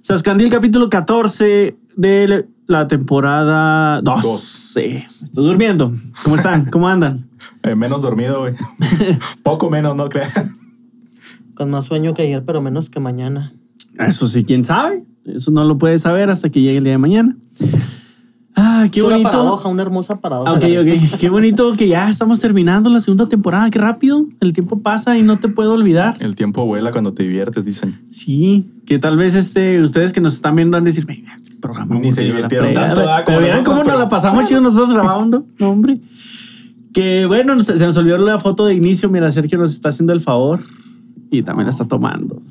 Sascandil capítulo 14 de la temporada 12. Estoy durmiendo. ¿Cómo están? ¿Cómo andan? Eh, menos dormido, güey. Poco menos, no creas. Con más sueño que ayer, pero menos que mañana. Eso sí, quién sabe. Eso no lo puedes saber hasta que llegue el día de mañana. Ah, qué es bonito. Una paradoja, una hermosa paradoja. Ah, Ok, ok. Qué bonito que ya estamos terminando la segunda temporada. Qué rápido. El tiempo pasa y no te puedo olvidar. El tiempo vuela cuando te diviertes, dicen. Sí, que tal vez este, ustedes que nos están viendo han de decir, "Venga, el programa. Ni se aburrido, la divirtieron fregada". tanto, ¿verdad? Como Pero vean nosotros, cómo nos pero- la pasamos chido nosotros grabando, no, hombre. Que bueno, se, se nos olvidó la foto de inicio. Mira, Sergio nos está haciendo el favor y también la está tomando.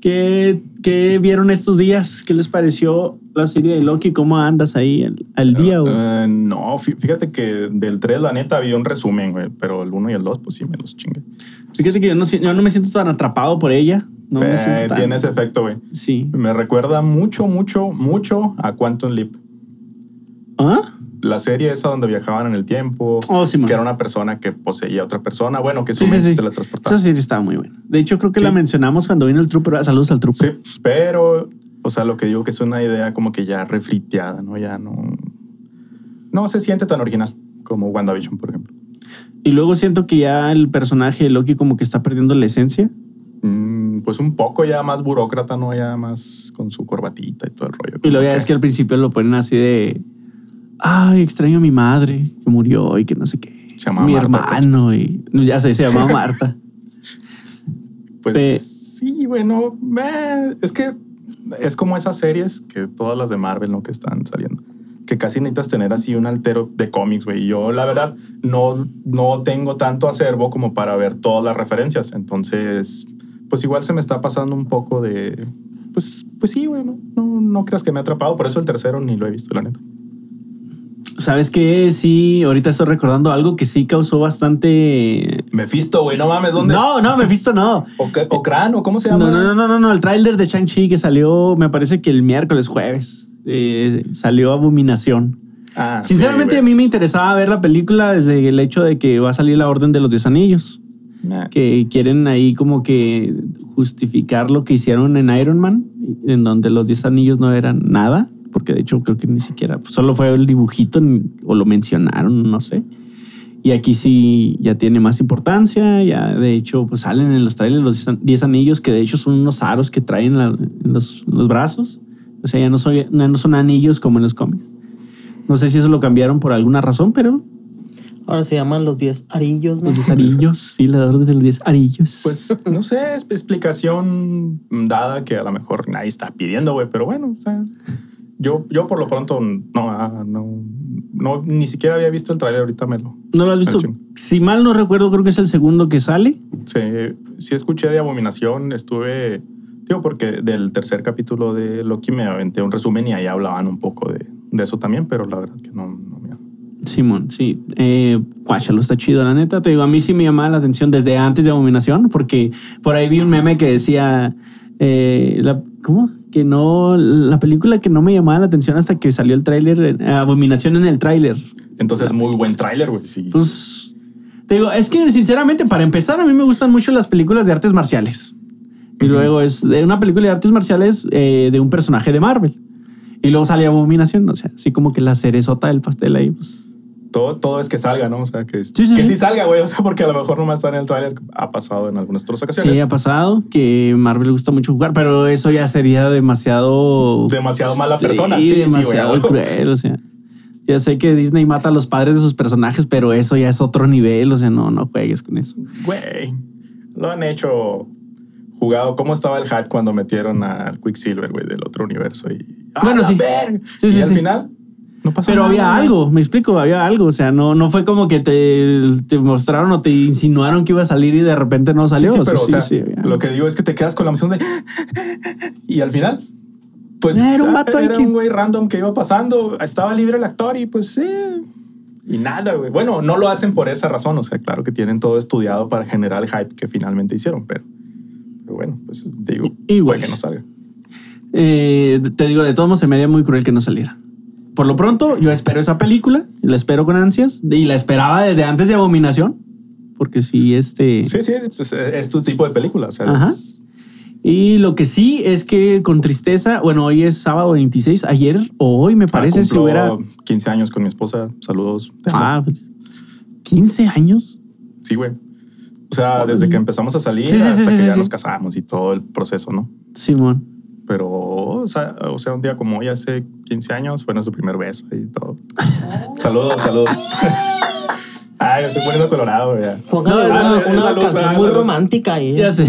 ¿Qué, qué vieron estos días? ¿Qué les pareció la serie de Loki? ¿Cómo andas ahí al, al día? güey? Eh, no, fí- fíjate que del 3, la neta, vi un resumen, güey. Pero el 1 y el 2, pues sí, me los chingué. Fíjate que yo no, si- yo no me siento tan atrapado por ella. No me Eh, siento tan. tiene ese efecto, güey. Sí. Me recuerda mucho, mucho, mucho a Quantum Leap. ¿Ah? La serie esa donde viajaban en el tiempo. Oh, sí, man. que era una persona que poseía a otra persona. Bueno, que su Sí, sí, mente sí. se la Esa transportaba. serie estaba muy buena. De hecho, creo que Sí. la mencionamos cuando vino el trooper. Ah, Saludos al trooper. Sí, pero, o sea, lo que digo que es una idea como que ya refriteada, ¿no? Ya no. No se siente tan original como WandaVision, por ejemplo. Y luego siento que ya el personaje de Loki como que está perdiendo la esencia. Mm, pues un poco ya más burócrata, ¿no? Ya más con su corbatita y todo el rollo. Y Como luego ya es que al principio lo ponen así de... Ay, extraño a mi madre que murió y que no sé qué. Se llamaba mi Marta, hermano y... Ya sé, se llamaba Marta. Pues pe- sí, bueno, eh, es que es como esas series que todas las de Marvel, ¿no? Que están saliendo. Que casi necesitas tener así un altero de cómics, güey. Y Yo, la verdad, no, no tengo tanto acervo como para ver todas las referencias. Entonces, pues igual se me está pasando un poco de... Pues, pues sí, güey, no, no, no creas que me ha atrapado. Por eso el tercero ni lo he visto, la neta. ¿Sabes qué? Sí, ahorita estoy recordando algo que sí causó bastante... Mephisto, güey, no mames, No, no, Mephisto no. O, Ocrano, ¿cómo se No, llama? no, no, no, no, no, El tráiler de Shang-Chi que salió, me parece que el miércoles, jueves, eh, salió Abominación. Ah, sí, Sinceramente, a güey. mí me interesaba ver la película desde el hecho de que va a salir la Orden de los Diez Anillos, Nah. que quieren ahí como que justificar lo que hicieron en Iron Man, en donde los Diez Anillos no eran nada, porque de hecho creo que ni siquiera, pues, solo fue el dibujito ni- o lo mencionaron, no sé. Y aquí sí ya tiene más importancia, ya de hecho pues salen en los trailers los Diez- Diez Anillos, que de hecho son unos aros que traen la- en los, en los brazos, o sea, ya no, son, ya no son anillos como en los cómics. No sé si eso lo cambiaron por alguna razón, pero Ahora se llaman los 10 arillos, ¿no? los 10 arillos, sí, la orden de los 10 arillos. Pues no sé, es explicación dada que a lo mejor nadie está pidiendo, güey, pero bueno, o sea, yo, yo por lo pronto no, ah, no, no, ni siquiera había visto el trailer, ahorita me lo. ¿No lo has visto? Ah, sí. Si mal no recuerdo, creo que es el segundo que sale. Sí, sí escuché de Abominación, estuve, digo, porque del tercer capítulo de Loki me aventé un resumen y ahí hablaban un poco de, de eso también, pero la verdad que no, no mira. Simón, sí. Eh, guáchalo, está chido, la neta. Te digo, a mí sí me llamaba la atención desde antes de Abominación, porque por ahí vi un meme que decía, eh, la- ¿cómo? Que no, la película que no me llamaba la atención hasta que salió el tráiler, eh, Abominación en el tráiler. Entonces, muy buen tráiler, güey, sí. Pues te digo, es que sinceramente, para empezar, a mí me gustan mucho las películas de artes marciales. Y Ujú. luego es de una película de artes marciales eh, de un personaje de Marvel. Y luego sale Abominación, o sea, así como que la cerezota del pastel ahí, pues. Todo, todo es que salga, ¿no? O sea, que, Sí, sí, que sí. sí. salga, güey, o sea, porque a lo mejor nomás está en el tráiler, ha pasado en algunas otras ocasiones. Sí, ha pasado que Marvel le gusta mucho jugar, pero eso ya sería demasiado. Demasiado mala persona, sí, sí, güey, demasiado algo. cruel, o sea. Ya sé que Disney mata a los padres de sus personajes, pero eso ya es otro nivel, o sea, no, no juegues con eso. Güey, lo han hecho jugado. ¿Cómo estaba el hype cuando metieron al Quicksilver, güey, del otro universo? Y ¡Ah, Bueno, la sí. verga! Sí, y sí, al sí. final no pasó Pero nada, había güey. algo, me explico, había algo. O sea, no, no fue como que te, te mostraron o te insinuaron que iba a salir y de repente no salió. Sí, sí, o sea, pero, o sí, sea, sí, había lo algo. que digo es que te quedas con la opción de. Y al final, pues. Era un ah, vato ahí era que- un güey random que iba pasando. Estaba libre el actor y pues sí. Y nada, güey. Bueno, no lo hacen por esa razón. O sea, claro que tienen todo estudiado para generar el hype que finalmente hicieron, pero. pero bueno, pues te digo. Y- puede y güey. que no salga. Eh, te digo, de todos modos, se me haría muy cruel que no saliera. Por lo pronto, yo espero esa película, la espero con ansias y la esperaba desde antes de Abominación, porque sí, este. Sí, sí, es, es- es tu tipo de película. O sea, Ajá. es- Y lo que sí es que con tristeza, bueno, hoy es sábado 26, ayer o hoy me parece si Ah, cumplo hubiera. 15 años con mi esposa. Saludos. Te amo. Ah, pues, 15 años. Sí, güey. O sea, Órale. desde que empezamos a salir Ah. Sí, sí, sí, hasta sí, que sí, ya sí. nos casamos y todo el proceso, ¿no? Simón. Pero, o sea, o sea, un día como hoy, hace 15 años, fue nuestro primer beso y todo. saludos, saludos. Ay, me estoy poniendo colorado, güey. ya. No, Póngale no, una, no, es una la luz, canción ¿verdad? muy La luz. romántica ¿eh? ahí. Ya sé.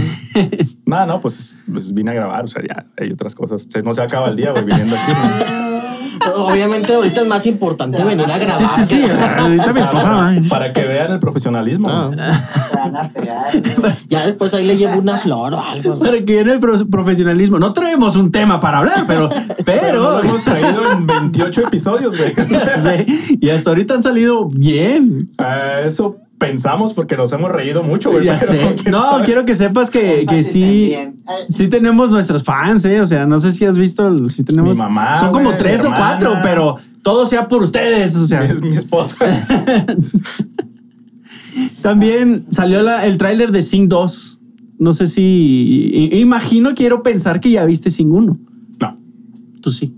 No, no, pues, pues vine a grabar, o sea, ya hay otras cosas. Se- no se acaba el día, güey, viniendo aquí. ¿no? Obviamente ahorita es más importante venir a Sí, grabar. sí, sí. Ahorita O me sea, pasaba. para, ¿eh? para que vean el profesionalismo. Ah, güey. Te van a pegar. güey. ya después ahí le llevo una flor o algo. güey. Para que viene el pro- profesionalismo. No traemos un tema para hablar, pero. Pero no pero lo hemos traído en 28 episodios, güey. Ya sé. Y hasta ahorita han salido bien. Ah, eso pensamos porque nos hemos reído mucho, güey. Ya pero sé. quién No, sabe. quiero que sepas que, que Énfasis en sí. bien. Ay, Sí tenemos nuestros fans, ¿eh? O sea, no sé si has visto, el- sí mi tenemos... mamá, son como güey, tres mi o hermana. cuatro, pero todo sea por ustedes, o sea. Es mi esposa. También salió la- el tráiler de Sing 2. No sé si... i- imagino, quiero pensar que ya viste Sing 1. No. Tú sí.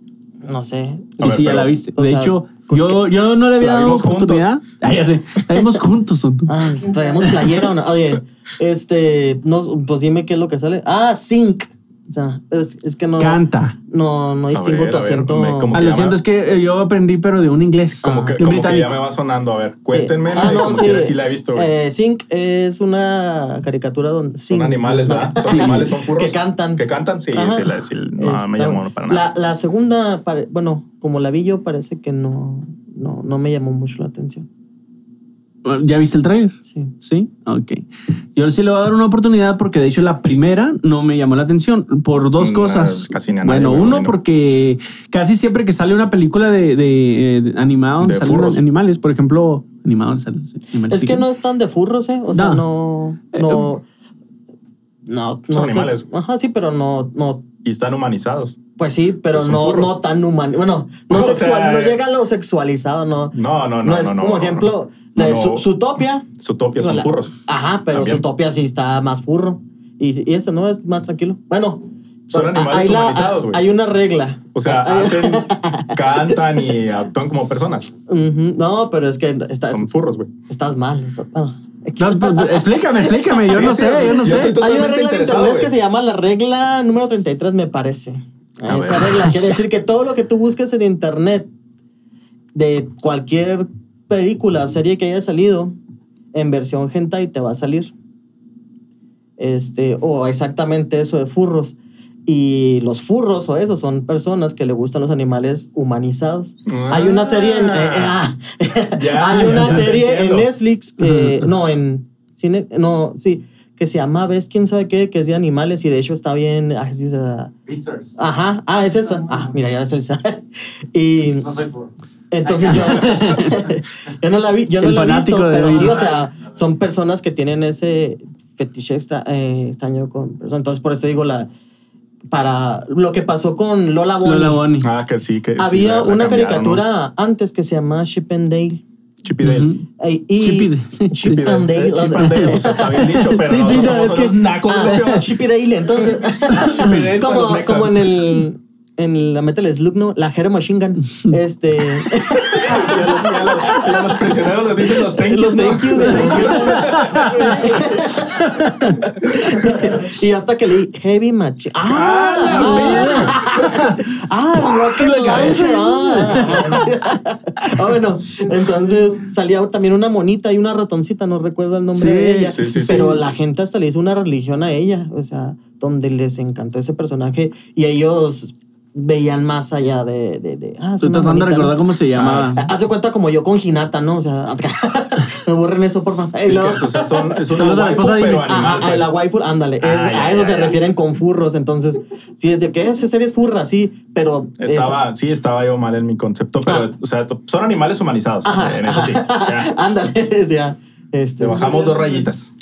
No sé. Sí, A ver, sí, ya pero- la viste. o De sea, hecho, yo, yo no le había La dado vimos juntos. oportunidad. Ah, ya sé. La vimos juntos, son Ah, traemos playera o no. Oye, este, no, pues dime qué es lo que sale. Ah, zinc. O sea, es, es que no, Canta. no, no distingo ver, tu a ver, acento. me- como Ah, que lo ya siento, me- es que eh, yo aprendí, pero de un inglés. Como, que, de un como que ya británico. me va sonando. A ver, cuéntenme. eh, Ah, no, como sí. quieres, sí la he visto, güey. Eh, Zinc es una caricatura donde. son Zinc, animales, una- ¿verdad? Son Sí. animales, son furros. Que cantan. Que cantan, sí. Ajá. sí, la- sí, no Está me bueno. llamó para nada. La, la segunda, pare- bueno, como la vi yo, parece que no, no, no me llamó mucho la atención. ¿Ya viste el tráiler? Sí. Sí, ok. Yo sí le voy a dar una oportunidad porque de hecho la primera no me llamó la atención por dos No, cosas. Mm, ah, casi ni a nadie, bueno, güey, uno bueno. porque casi siempre que sale una película de, de, eh, de animado De salen furros. animales, por ejemplo, animados salen animales. Es que no están de furros, ¿eh? O sea, no. Eh, No. No, no son sé. animales. Ajá, sí, pero no. no Y están humanizados. pues sí, pero Pues son no, furros. no tan humano. Bueno, O no sea, sexual, no eh. llega a lo sexualizado, no. No, no, no. No, No, es no, como no, ejemplo, no. la de No, Zu- Zootopia. Zootopia No, son la- furros. Ajá, pero También. Zootopia sí está más furro. Y, y este no es más tranquilo. Bueno. Son pero- animales hay la- humanizados, güey. Hay una regla. O sea, Hay- hacen, cantan y actúan como personas. Ujú, No, pero es que estás, Son furros, güey. estás mal. estás- ah. No, pues, explícame, explícame. Yo Sí, no sí, sé, sí, yo no yo sé. estoy- Hay una totalmente regla de interesado, internet que güey. se llama la regla número 33, me parece. A Esa ver. regla quiere decir que todo lo que tú busques en internet de cualquier película o serie que haya salido en versión hentai te va a salir. Este, o exactamente eso de furros. Y los furros o eso son personas que le gustan los animales humanizados. Hay una serie en. eh, eh, ah. Ya, hay ya una te serie en entiendo. Netflix que. Ajá. No, en. Cine, no, sí. Que se llama Ves quién sabe qué, que es de animales y de hecho está bien. ah, sí, ah, Beasters. Ajá, ah, es esa. Ah, mira, ya ves el. Y No soy furro. entonces yo. yo no la vi, yo no El la he visto, fanático de pero sí, Disney. o sea, son personas que tienen ese fetiche extra, eh, extraño con personas. Entonces por esto digo la. Para lo que pasó con Lola Bonnie. Lola Bonnie. Ah, que sí, que sí, Había la- la una cambiaron, ¿no? caricatura antes que se llamaba Chip and Dale. Chip y Dale. Ujú. Ay, y- Chip y- Chip Chip y and Dale, Dale. eh, Chip and Dale, o sea, está bien dicho, pero Sí, sí, nosotros no, somos es que- unos nacos, Ah, güey. Chip y Dale, entonces. Chip y Dale para los como, mexas. como en el. En la Metal Slug, ¿no? La Hero Machine Gun. Este. Y a los, y a los- y a los prisioneros les dicen los thank yous, los ¿no? thank yous, los thank yous. y hasta que leí Heavy Machine. ¡Ah! ¡Ah, no! la ¡Ah! Rocket La cabeza. Launcher. ¡Ah! Ah, bueno, entonces salía también una monita y una ratoncita, no recuerdo el nombre Sí, de ella. sí, sí, sí. pero la gente hasta le hizo una religión a ella, o sea, donde les encantó ese personaje y ellos veían más allá de. de, de ah, es Estoy una tratando de monita, ¿no? recordar cómo se llamaba. Ah, Haz de cuenta como yo con Ginata, ¿no? O sea, me borren eso, por favor. Sí, que, o sea, son, es una Saludos a la waifu, esposa de- pero Ajá, animal. Ajá, a pues. ah, la waifu, ándale. Es- Ah, ya, a eso ya, se ya. refieren con furros. Entonces, si es de que esa serie es furra, sí, pero. Estaba, sí, estaba yo mal en mi concepto, pero, Ah. o sea, to- son animales humanizados. Ajá. En eso sí. Ya. Ándale, es ya. Este, Te bajamos dos rayitas.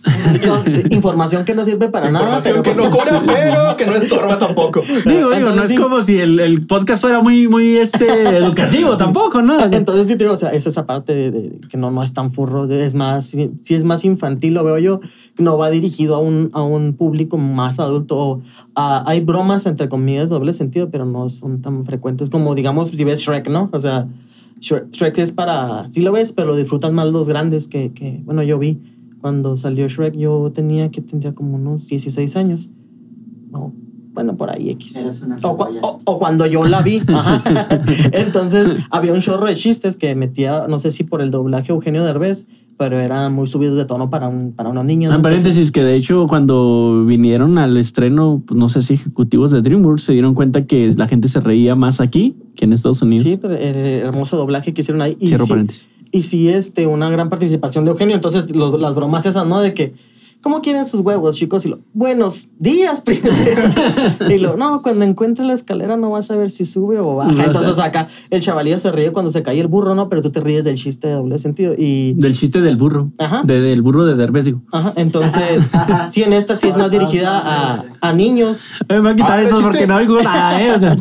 No, Información que Ah, no sirve para nada. Información Pero pues- que no cura, pero que no estorba tampoco. Digo, digo, no Entonces, es sí. como si el, el podcast fuera muy, muy este, educativo tampoco, ¿no? O sea, Entonces, sí, te digo, o sea, es esa parte de, de- que no, no es tan furro, es más, si, si es más infantil, lo veo yo, no va dirigido a un, a un público más adulto. o a- hay bromas, entre comillas, doble sentido, pero no son tan frecuentes como, digamos, si ves Shrek, ¿no? O sea, Shrek, Shrek es para, sí lo ves, pero lo disfrutan más los grandes que, que, bueno, yo vi cuando salió Shrek, yo tenía que tendría como unos 16 años. O, bueno, por ahí X. Eres una O, cua- cebolla. o- o cuando yo la vi. Ajá. Entonces había un chorro de chistes que metía, no sé si por el doblaje Eugenio Derbez, pero eran muy subidos de tono para, un, para unos niños. Ah, en ¿no? Entonces, paréntesis, que de hecho cuando vinieron al estreno, pues, no sé si ejecutivos de DreamWorks se dieron cuenta que la gente se reía más aquí que en Estados Unidos. Sí, pero el hermoso doblaje que hicieron ahí. Y Cierro sí, paréntesis. y sí, este, una gran participación de Eugenio. Entonces, lo- las bromas esas, ¿no? De que, ¿cómo quieren sus huevos, chicos? Y lo, buenos días, princesa. y lo, no, cuando encuentre la escalera no vas a ver si sube o baja. Entonces, acá el chavalillo se ríe cuando se cae el burro, ¿no? Pero tú te ríes del chiste de doble sentido. Y, Del chiste del burro. Ajá. De- del burro de Derbez, digo. ajá, entonces, sí, en esta sí es más dirigida a, a niños. Eh, Me voy a quitar Ah, esto el chiste. porque no oigo nada, ¿eh? O sea,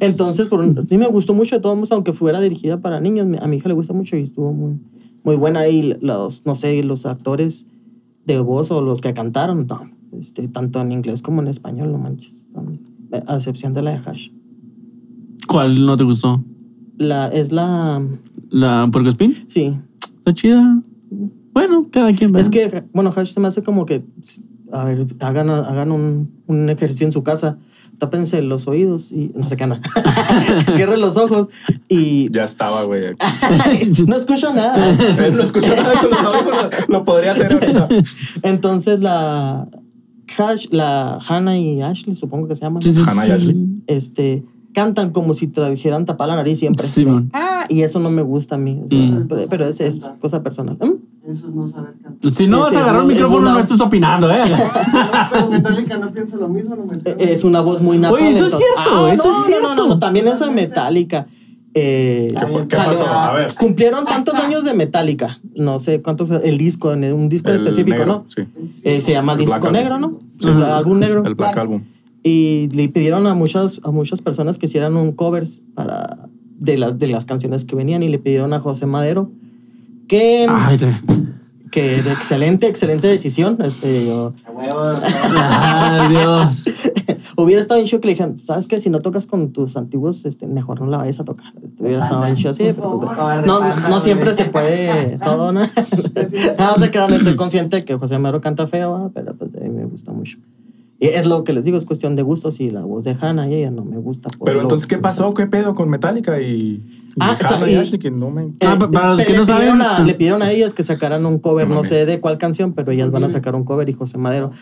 Entonces, por un- sí me gustó mucho de todos modos, aunque fuera dirigida para niños, mi- a mi hija le gusta mucho y estuvo muy, muy buena. Y los, no sé, los actores de voz o los que cantaron, no, este, tanto en inglés como en español, no manches. no, a excepción de la de Hash. ¿cuál no te gustó? La, es la... ¿La Porco Spin? Sí. Está chida. Bueno, cada quien. Es ¿verdad? que, bueno, Hash se me hace como que, a ver, hagan, hagan un, un ejercicio en su casa. Tápense los oídos y no se cana. Cierren los ojos y Ya estaba, güey. no escucho nada. Eh, No escucho nada con los audífonos. Lo podría hacer ahorita. Entonces la Hash, la Hannah y Ashley, supongo que se llaman, Sí, sí, Hannah y sí. Ashley. este cantan como si trajeran tapada la nariz siempre. Simón. Ah, y eso no me gusta a mí. o sea, Mm. Pero, pero es, es cosa personal. ¿Mm? Eso es no saber cantar. Si no vas Ese a agarrar es el un- micrófono, es una- no estás opinando, ¿eh? Pero Metallica no piensa lo mismo, no me Eh, Es una voz muy nasal. Oye, eso es entonces- Ah, cierto, eso es no, No, no, cierto. no, también eso de Metallica. Eh, Está ¿Qué, fue- qué salió- pasó? A ver. Cumplieron tantos años de Metallica. No sé cuántos. El disco, en un disco en el específico, negro, ¿no? Sí. Eh, se llama El Disco Black Negro, Album. ¿no? Sí. El álbum negro. El Black Claro. Album. y le pidieron a muchas, a muchas personas que hicieran un covers para, de, las, de las canciones que venían y le pidieron a José Madero que, Ah. Ay, te- que de excelente, excelente decisión. Este, yo- A huevo, a huevo. Ah, Dios. hubiera estado en shock que le dijeron, ¿sabes qué? Si no tocas con tus antiguos, este, mejor no la vayas a tocar. Hubiera estado en shock, sí, Por pero- pues, favor, cover de no, banda, no güey. siempre se puede todo, ¿no? no se quedan, estoy consciente de que José Madero canta feo, ah, pero pues a mí me gusta mucho. Y es lo que les digo, es cuestión de gustos y la voz de Hannah y ella no me gusta. por Pero lo- entonces, ¿qué pasó? ¿Qué pedo con Metallica y, y Ah, o sea, Hannah y- y Ashley? Que no me... Ah, pa- para los Pe- que le no saben- pues. pidieron a- le pidieron a ellas que sacaran un cover, No no, mames. sé de cuál canción, pero ellas van a sacar un cover y José Madero.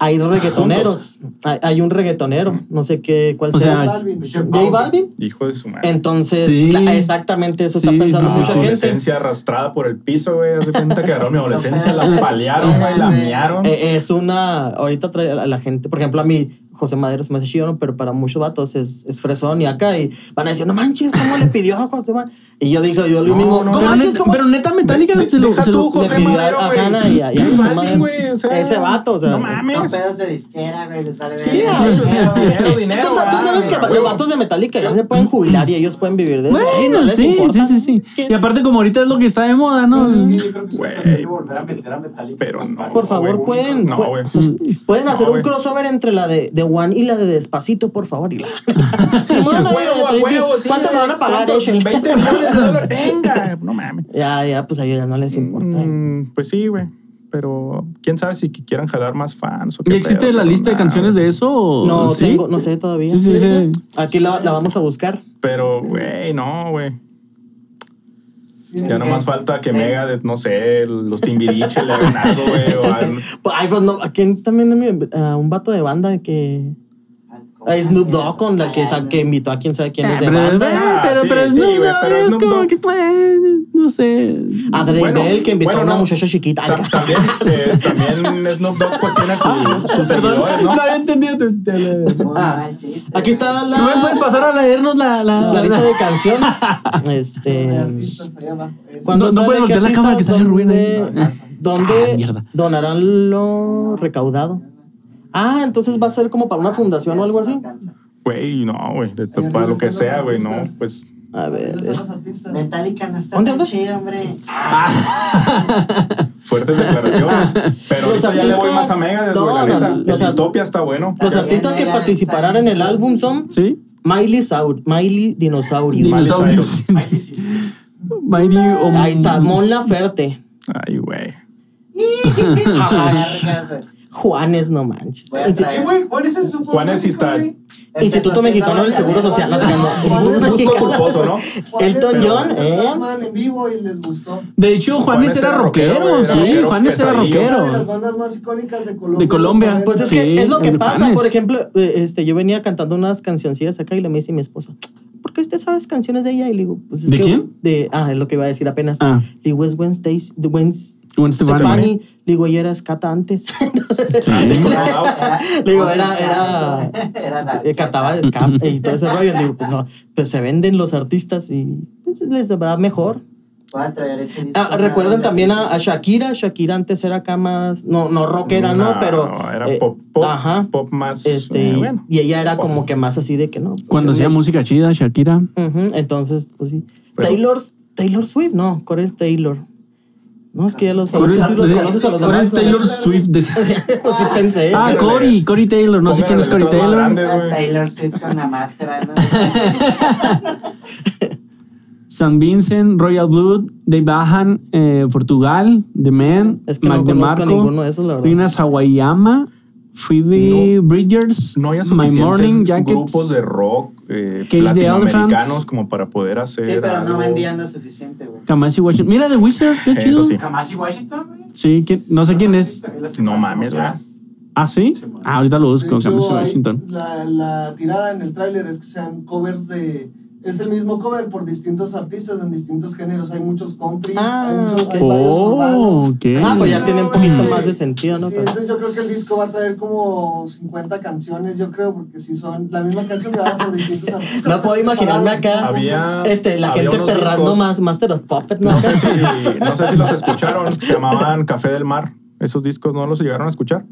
Hay Ah, reggaetoneros. Hay, hay un reggaetonero, no sé qué, cuál O sea. sea, Balvin, J J Balvin. Hijo de su madre. Entonces, Sí. cla- exactamente eso Sí, está pensando sí, Ah, sí, sí. mucha gente. adolescencia arrastrada por el piso, güey. Hace cuenta que agarró mi adolescencia, la palearon, güey, la miaron. Eh, es una. Ahorita trae a la- a la gente, por ejemplo, a mí. José Madero es más chido, ¿no? pero para muchos vatos es, es fresón y acá y van a decir, no manches, ¿cómo le pidió a José Madero? Y yo dije, yo lo No, mismo, no, no, Pero, manches, neta- ¿cómo? pero neta, Metallica De- se lo. deja se tú, lo- José le pidió Madero, a güey. Hannah y a- y a J José Balvin, Madero. güey, o sea, Ese vato, o sea, No Son mames. pedos de disquera, güey, les vale ver. Sí, ah, dinero, dinero, dinero. Entonces, tú ah, sabes que güey. los vatos de Metallica ya se pueden jubilar y ellos pueden vivir de eso. Ay, no Bueno, les sí, sí, importa. sí, sí. ¿Qué? Y aparte, como ahorita es lo que está de moda, ¿no? Pues es que yo creo que Güey. se tiene que volver a meter a Metallica. Pero no. Por favor, güey. pueden- No, pu- güey. Pueden No, hacer un güey. crossover entre la de, de One y la de Despacito, por favor. Y la... Simón, A la de- huevo, a de- de- huevo, sí, ¿Cuánto me van a pagar? ¿cuántos? eh? 20 millones de dólares. Venga, no mames. Ya, ya, pues a ellos ya no les importa. eh. Mm, pues sí, güey. Pero quién sabe si qu- quieran jalar más fans. O qué ¿Y existe pedo, la pero lista de nada, canciones de güey. eso? o- No ¿sí? tengo, no sé todavía. Sí, sí, sí. Aquí la, la vamos a buscar. Pero, güey, no, güey. Sí, es Ya nomás que- falta que Eh, Mega, de, no sé, los Timbiriche le hagan algo, güey. o algo. Pues, Ay, pues no, aquí también eh, a un vato de banda que. alcohol. A Snoop Dogg con la que, sa- que invitó a quien sabe quién Ah, es de Pero, banda. Ah, pero, sí, pero sí, Snoop güey, Dogg pero es Snoop como Dogg. que, pues, no sé. A Drake Bueno, Bell que invitó bueno, a una no. muchacha chiquita. Ta- también, eh, también Snoop Dogg pues tiene Ah, su, sus Perdón, seguidores, no ¿no? había entendido. te- te- la- Ah, Aquí está la, Rubén, ¿puedes pasar a leernos la, la, la la- lista de canciones. Este. cuando No- no sale puedes qué voltear la artistas, cámara que sale Rubén ahí. ¿Dónde, Ah, dónde mierda. donarán lo recaudado? Ah, entonces va a ser como para una fundación o algo así. Güey, no, güey. de- Ahí Para lo arriba que están los sea, güey, no. artistas. Pues A ver. es- Metallica no está ¿Dónde, tan dónde? Ah, chido, hombre. fuertes declaraciones. Pero Los ahorita ya le voy artistas- más a Megadeth, güey, no, la no, neta. los El ar- Distopia está bueno. Los artistas que participarán en el álbum son ¿Sí? Miley, Saur, Miley Dinosaurio. Miley Dinosaurios. Cyrus. Miley Cyrus. Mighty o Ahí está, Mon Laferte. Ay, güey. Ajá. Vergas, güey. Juanes, no manches. Voy a traer- ¿Cuál es su Juanes sí está. Instituto Mexicano del Seguro Social, no te llamo. Juanes Un gusto culposo, ¿no? Elton Pero- John, ¿eh? Estaban en vivo y les gustó. De hecho, Juanes, Juanes era era rockero. rockero, güey, era sí, rockero Juanes era pesadillo. Una de las rockero. bandas más icónicas de Colombia. De Colombia. Los Pues es Sí, que es lo que es de pasa. Juanes. Por ejemplo, eh, este, yo venía cantando unas cancioncillas acá y le me dice mi esposa, ¿por qué usted sabes canciones de ella? Y le digo, pues es ¿De que- quién? De, ah, es lo que iba a decir apenas. Ah, Le digo, es Wednesday, de Wednesday. Gwen Stefani. Fanny. Le digo, ella era escata antes. Entonces, Ah, sí, cómo no. Le digo, era- era- Era la- eh, cantaba ska y todo ese rollo. Le digo, pues no, pues se venden los artistas y pues, les va mejor. Voy a traer ese disco. Ah, recuerden también a, a Shakira. Shakira antes era acá más, no, no rockera, no, pero Era eh, pop, pop, ajá. pop más. este, eh, bueno. y ella era como que más así de que no. Cuando porque hacía no- música chida, Shakira. Ujú, entonces, pues sí. Pero- Taylor, Taylor Swift, no, Corel Taylor. No, es que ya los, Corey ya los conoces a los demás, ¿no? Taylor Swift. de- Pues sí pensé. Ah, pero- Cory, Cory Taylor. No sé quién es Cory Póngale letras más Taylor. grandes, güey. Taylor Swift con la máscara. ¿no? San Vincent, Royal Blood, De Bajan, eh, Portugal, The Man, Es que Mac no de conozco a ninguno Marco, de esos, la verdad. Rina Sawayama, Phoebe Bridgers, No hay My Morning suficientes Jackets. grupos de rock eh, Cage the Elephants. latinoamericanos como para poder hacer. Sí, pero no algo. vendían lo suficiente, güey. Kamasi Washington. Mira, The Wizard, qué Eh, Eso chido. sí. Jamás y Washington, güey. Sí, ¿quién? no sé quién es. También las No hacen mames, con güey. jazz. Ah, sí. Ah, ahorita lo busco, De hecho, Kamasi hay- Washington. La, la tirada en el tráiler es que sean covers de... Es el mismo cover por distintos artistas en distintos géneros. Hay muchos country, Ah, hay, muchos, hay ok. varios Oh, urbanos. ok. Está Ah, pues ya chido, tiene un poquito güey. más de sentido, ¿no? Sí, entonces yo creo que el disco va a traer como 50 canciones, yo creo, porque si son la misma canción grabada por distintos artistas. No puedo imaginarme acá. Había. Este, la había gente unos perrando discos- más Master of Puppet, ¿no? No sé, si, no sé si los escucharon. Se llamaban Café del Mar. Esos discos no los llegaron a escuchar.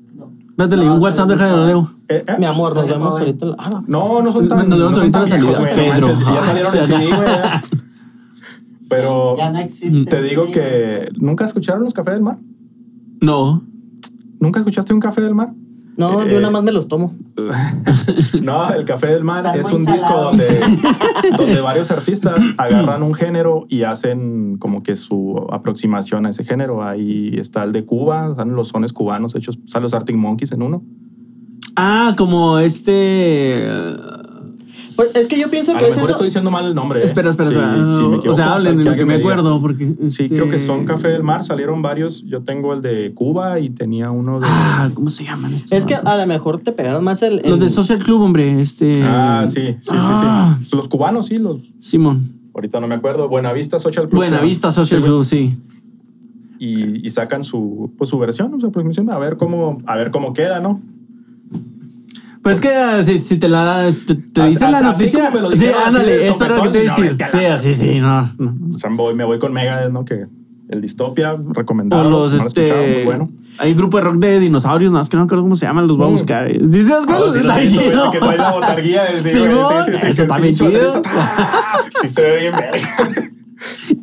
Espérate, le di No, un se WhatsApp, me déjale lo gusta. leo. Eh, eh. Mi amor, nos Soy vemos joven. ahorita. Ah, no. No, no son tan. Nos vemos no son ahorita tan la salida, viejos, güey, no Pedro. manches, ya salieron Ah, en o sea, CD, güey, ya. Pero Ya no existe. te digo que. ¿Nunca escucharon los Café del Mar? No. ¿Nunca escuchaste un Café del Mar? No, yo Eh, nada más me los tomo. No, el Café del Mar Están es muy un salados. disco donde, donde varios artistas agarran un género y hacen como que su aproximación a ese género. Ahí está el de Cuba, están los sones cubanos hechos, están los Arctic Monkeys en uno. Ah, como este. eh, Pues es que yo pienso A que lo es mejor eso. estoy diciendo mal el nombre. ¿eh? Espera, espera, Sí, espera. sí, me equivoco, o sea, hablen de lo alguien que me diga. acuerdo, porque. Sí, este- creo que son Café del Mar, salieron varios. Yo tengo el de Cuba y tenía uno de... Ah, ¿cómo se llaman estos? Es que vatos? a lo mejor te pegaron más el. Los de el- Social Club, hombre. Este. Ah, sí, sí, sí, Ah. sí. Los cubanos, sí, los... Simón. Ahorita no me acuerdo. Buenavista Social Club. Buena se llama. Vista Social Sí, Club, sí. y, y sacan su, pues, su versión, su aproximación, a ver cómo, a ver cómo queda, ¿no? Pues que ah, si, si te la te, te Así- dicen la así noticia. como me lo sí, dijeron, así ándale, de eso era lo que te iba a sopetón, decir. no, vete a Sí, la- así, sí, no. no. O sea, voy- me voy con Megadeth, ¿no? Que el Distopia, O recomendado. los, si no lo escucharon, este. muy bueno. Hay un grupo de rock de dinosaurios, no, es que no me acuerdo cómo se llaman, los voy a Mm. buscar. eh. Sí, ¿sabes Ah, cuáles? sí, Está los he visto, güey, chido. ese que trae la botarguía. ese, Sí, güey, güey, sí, sí, sí, eso que está el bien pinche chido. baterista, Sí, se ve bien verga.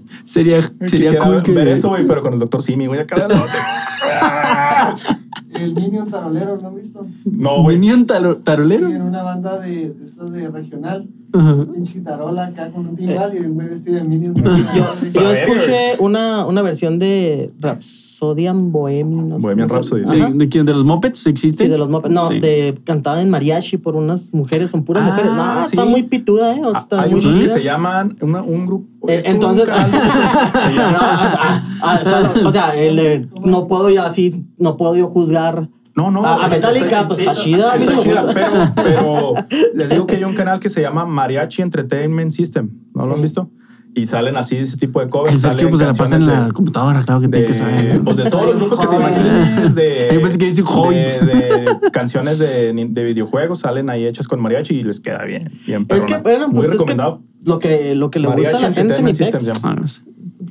Sería, sería Eh, Quisiera cool que. ver eso, güey, pero con el Dr. Simi, güey, acá de la otra. El Minion Tarolero, ¿no han visto? No, güey. Minion taro- Sí, tarolero. en una banda de, de estas de regional. Ajá. Pinche tarola acá con un timbal y un güey vestido de Minion. Yo, Sí. yo Saber. escuché una, una versión de Rhapsodian Bohemian. No sé Bohemian cómo se- Rhapsody, Sí, Ajá. ¿De quién? ¿De los Muppets? ¿Existe? Sí, de los Muppets. No, Sí. de cantada en mariachi por unas mujeres, son puras Ah, mujeres. No, sí. Ah, está muy pituda, ¿eh? O sea, está Hay muy unos que chida. se llaman una- un grupo. Eh, es un entonces- caldo, se No, o llama- sea, ah, o sea, no, o sea, el de no puedo yo así, no puedo yo juzgar No, no. Ah, es- Metallica, está eh, pues, está chida, Está amigo. chida, pero, pero les digo que hay un canal que se llama Mariachi Entertainment System. ¿No lo han Sí. visto? Y salen así ese tipo de covers. El Sergio salen pues se la pasa en la canciones computadora, claro que de, tiene que saber. de, pues, de todos los grupos que te imagines. De, Yo pensé que dice Hobbit. de, de canciones de, nin- de videojuegos salen ahí hechas con mariachi y les queda bien. bien Es que, perrona. bueno, Muy pues es que recomendado. lo que, lo que le Mariachi gusta a la gente, mi Entertainment System, pex, se llama. Ah, no sé.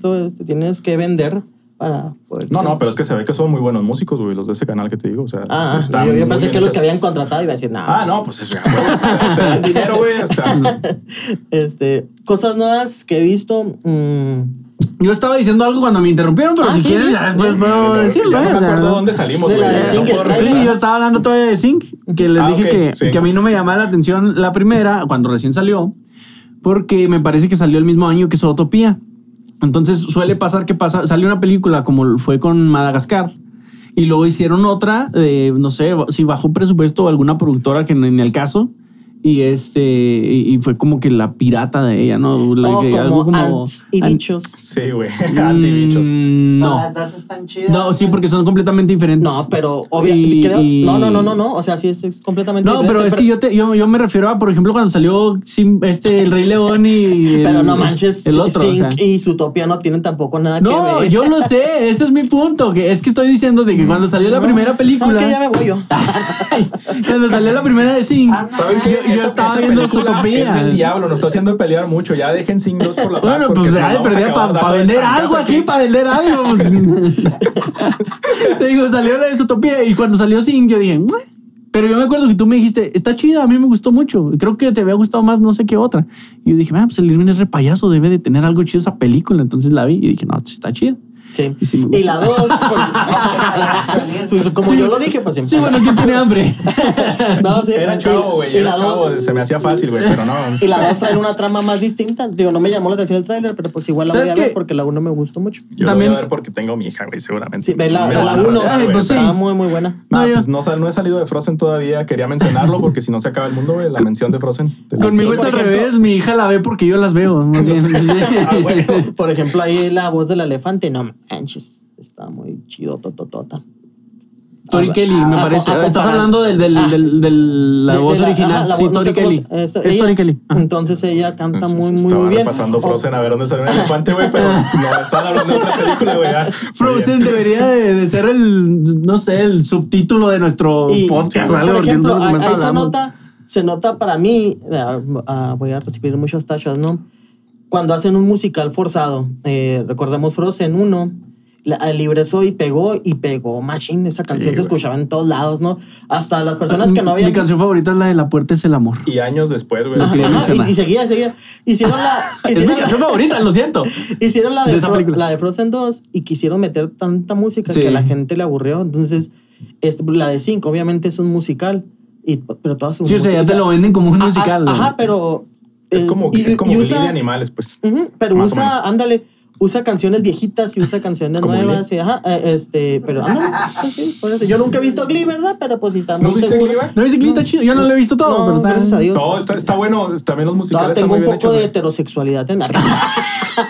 tú te tienes que vender para poder... No, no, pero es que se ve que son muy buenos músicos, güey, los de ese canal que te digo. O sea, Ah, ah, están yo, yo muy pensé bien que los que hechas. habían contratado iba a decir, nada. Ah, no, pues es güey, Te dan dinero, güey. Está. Este, cosas nuevas que he visto. mm, Yo estaba diciendo algo cuando me interrumpieron, pero Ah, si sí, quieren, sí. ya después Ya, puedo decirlo. ya eh, no o me sea, acuerdo no- dónde salimos, De güey. la de ya no Singer, puedo right? Sí, regresar. yo estaba hablando todavía de Zinc, que les Ah, dije ok, que, sí. que a mí no me llamaba la atención la primera, cuando recién salió, porque me parece que salió el mismo año que Zootopía. Entonces suele pasar que pasa, salió una película como fue con Madagascar. Y luego hicieron otra, eh, no sé, si bajó presupuesto o alguna productora que no- en el caso. Y este y y fue como que la pirata de ella, ¿no? La oh, que- como, algo como- ants y an- bichos. Sí, güey. Mm, Antibichos. No. Las dos están chidas. No, sí, porque son completamente diferentes. No, pero obviamente Y- creo. y- No, no, no, no, no. O sea, sí es, es completamente. No, pero diferente, es que yo, te, yo, yo me refiero a, por ejemplo, cuando salió Sim- este El Rey León y. el- Pero no manches, El otro. o Zinc sea. y Zootopia no tienen tampoco nada que No, ver. yo lo sé, ese es mi punto. Que es que estoy diciendo de que cuando salió la No, primera película. Ah, ¿Saben qué? Ya me voy yo. cuando salió la primera de Zinc. Ah, ¿Saben qué? Yo- yo Esa- estaba esa viendo película Zootopía. Es el diablo, nos está haciendo pelear mucho. Ya dejen sin dos por la paz. Bueno, porque pues si nos ay, vamos a perdía acabar para dando de vender trancas algo aquí, para vender algo. pues. Te digo, salió la de Zootopía y cuando salió Zinc, yo dije, "Mue". pero yo me acuerdo que tú me dijiste, está chida, a mí me gustó mucho. Creo que te había gustado más no sé qué otra. Y yo dije, ah, pues el Irwin es re payaso, debe de tener algo chido esa película. Entonces la vi y dije, no, está chida. Sí. Y sí me Y gustó. la dos, pues, pues, como Sí. yo lo dije, pues siempre. Sí, bueno, ¿quién tiene hambre? No, sí, Era y- chavo, güey. Y la Era chavo. dos. Se me hacía fácil, güey, pero no. Y la dos trae una trama más distinta. Digo, no me llamó la atención el tráiler, pero pues igual la voy ¿Sabes a qué? ver porque la uno me gustó mucho. Yo También- lo voy a ver porque tengo mi hija, güey, seguramente. Sí, ve la, Me la van a uno. rayar, Ay, güey, pues sí. pero- Estaba muy, muy buena. No, No, yo- pues no, sal- no he salido de Frozen todavía. Quería mencionarlo porque si no se acaba el mundo, güey. La mención de Frozen. De la- Conmigo Por es al ejemplo- revés, mi hija la ve porque yo las veo. más bien. Ah, güey. Por ejemplo, ahí la voz del elefante, no manches, está muy chido, tototota. Tori Ah, Kelly, ah, me ah, parece. ah, Estás comparar- hablando del, del, Ah, del- del- la de- de voz la- original. ajá, la sí, voz, no Tori sé Kelly. cómo se- eso, es ella- Tori Kelly. Ajá. Entonces ella canta muy, muy, Estaban muy bien. Oh. pasando O- Frozen a ver dónde salió el elefante, güey, pero no están hablando de otra película, güey. ya. Frozen debería de, de ser el, no sé, el subtítulo de nuestro y- podcast. por algo, porque ejemplo, no ahí- más ahí se hablamos. nota, se nota para mí, ah, ah, voy a recibir muchas tachas, ¿no? Cuando hacen un musical forzado, eh, recordemos Frozen 1, la, Libre Soy pegó y pegó Machine, esa canción se güey. escuchaba en todos lados, ¿no? Hasta las personas que no Ah, Mi habían canción favorita es la de La Puerta es el Amor. Y años después, güey. Lo quería Ajá, mencionar. y, y seguía, seguía. Hicieron la, Es mi hicieron canción la, favorita, lo siento. hicieron la de de, esa Fro- película. la de Frozen 2 y quisieron meter tanta música Sí. que a la gente le aburrió. Entonces, este, la de 5 obviamente es un musical, y, pero todas sus Sí, o sea, ya músicas- te lo venden como un Ajá, musical. Ajá, ¿no? pero... Es eh, como, y- es como y Willy usa- de animales, pues. Ujú, pero Más o usa, menos. ándale, usa canciones viejitas y usa canciones Como nuevas. y ajá, eh, este, pero ándale. pues sí, por eso. Yo nunca he visto Glee, ¿verdad? Pero pues sí está ¿No muy viste seguro. Glee, güey? ¿No viste que está chido? Yo no lo he visto todo, No, pero está- gracias a Dios. Todo está, está bueno. También los Todavía musicales están tengo muy un bien poco hechos. de güey. heterosexualidad en la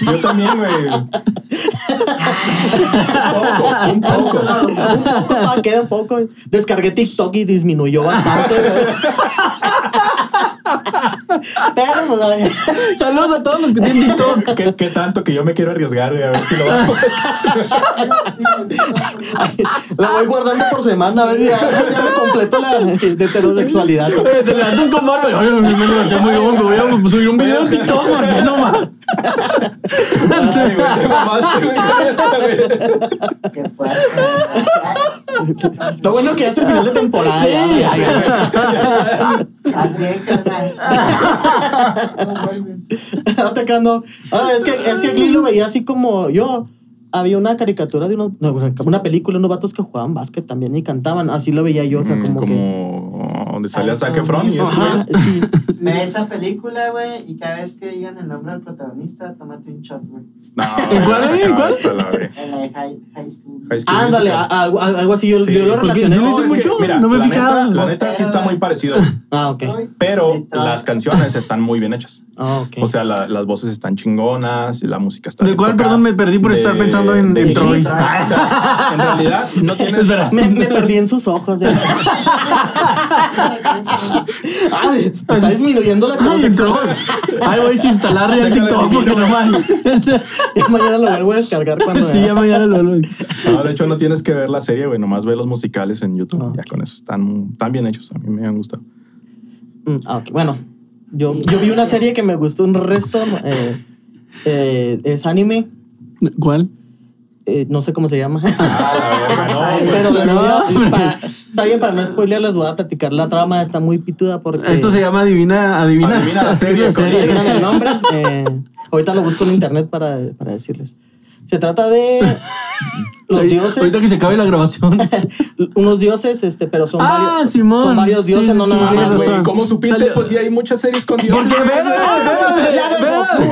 Yo también, güey. Un poco, un poco. Un poco, pa, queda un poco. Descargué TikTok y disminuyó bastante. güey. Pero, pues, a ver. Saludos a todos los que tienen TikTok. ¿Qué, qué tanto que yo me quiero arriesgar, güey? A ver si lo hago. la voy guardando por semana, a ver, ya, ya me completo la de heterosexualidad. Eh, Te levantas con barba. y, Ay, me levanté muy bongo. Voy a subir un video en TikTok, porque no más. Ay, güey, te mamaste, güey, con eso, güey. Qué fuerte. Lo bueno que ya es el final de temporada. ya, Sí. ya, ya. Haz bien, carnal. No vuelves. No te creas, no. Ah, es que, es que Glee lo veía así como yo. Había una caricatura de unos, no, una película, unos vatos que jugaban básquet también y cantaban. Así lo veía yo, o sea, Mm, como, que. como o donde salía Ah, Zac sí, Efron y sí. eso, Ajá. güey. sí. Sí. Ve esa película, güey, y cada vez que digan el nombre del protagonista, tómate un shot, güey. No, ¿En cuál, güey, güey? ¿En cuál? hasta la ve. En la de High, high School. High School Ándale, a- Musical. a- algo, algo así. Yo, Sí, yo sí, lo porque sí relacioné. le hice con- es que, mucho, mira, no me la he fijado. neta- la neta sí está muy parecido, Ah, ok. Ay, pero Neta. las canciones están muy bien hechas. Ah, ok. O sea, la- las voces están chingonas, y la música está ¿De bien cuál? tocada. Perdón, me perdí por estar pensando en- de- en Troy. Ah, o sea, en realidad no tienes... Espera. me, me perdí en sus ojos. eh. ya. Ay, está disminuyendo la Ay, entró. heterosexual. Ay, voy a instalar Real Déjala TikTok de porque no manches. Ya mañana lo vuelvo a descargar cuando. Sí, ya mañana lo vuelvo. No, de hecho, no tienes que ver la serie, güey. Nomás ve los musicales en YouTube. Ah, ya con eso están, están bien hechos. A mí me han gustado. Mm, ah, ok. Bueno, yo, Sí. yo vi una serie que me gustó un resto. eh, eh, es anime. ¿Cuál? eh, no sé cómo se llama. Ah, güey. Pero la No, vida- hombre. para- está bien, para no spoilearles, voy a platicar la trama. Está muy pituda porque. Esto se llama Adivina. Adivina, Adivina la serie, La con- serie. Díganme el nombre. eh, ahorita lo busco en internet para, para decirles. Se trata de los Ahorita- dioses. Ahorita que se acabe la grabación. Unos dioses, este, pero son, Ah, varios, Simón. son varios Sí, dioses, no sí, nada sí, más, tienes güey. Ah, razón. ¿Cómo supiste? Salió- Pues sí, hay muchas series con Dios. Porque ve, ve, ve, ve.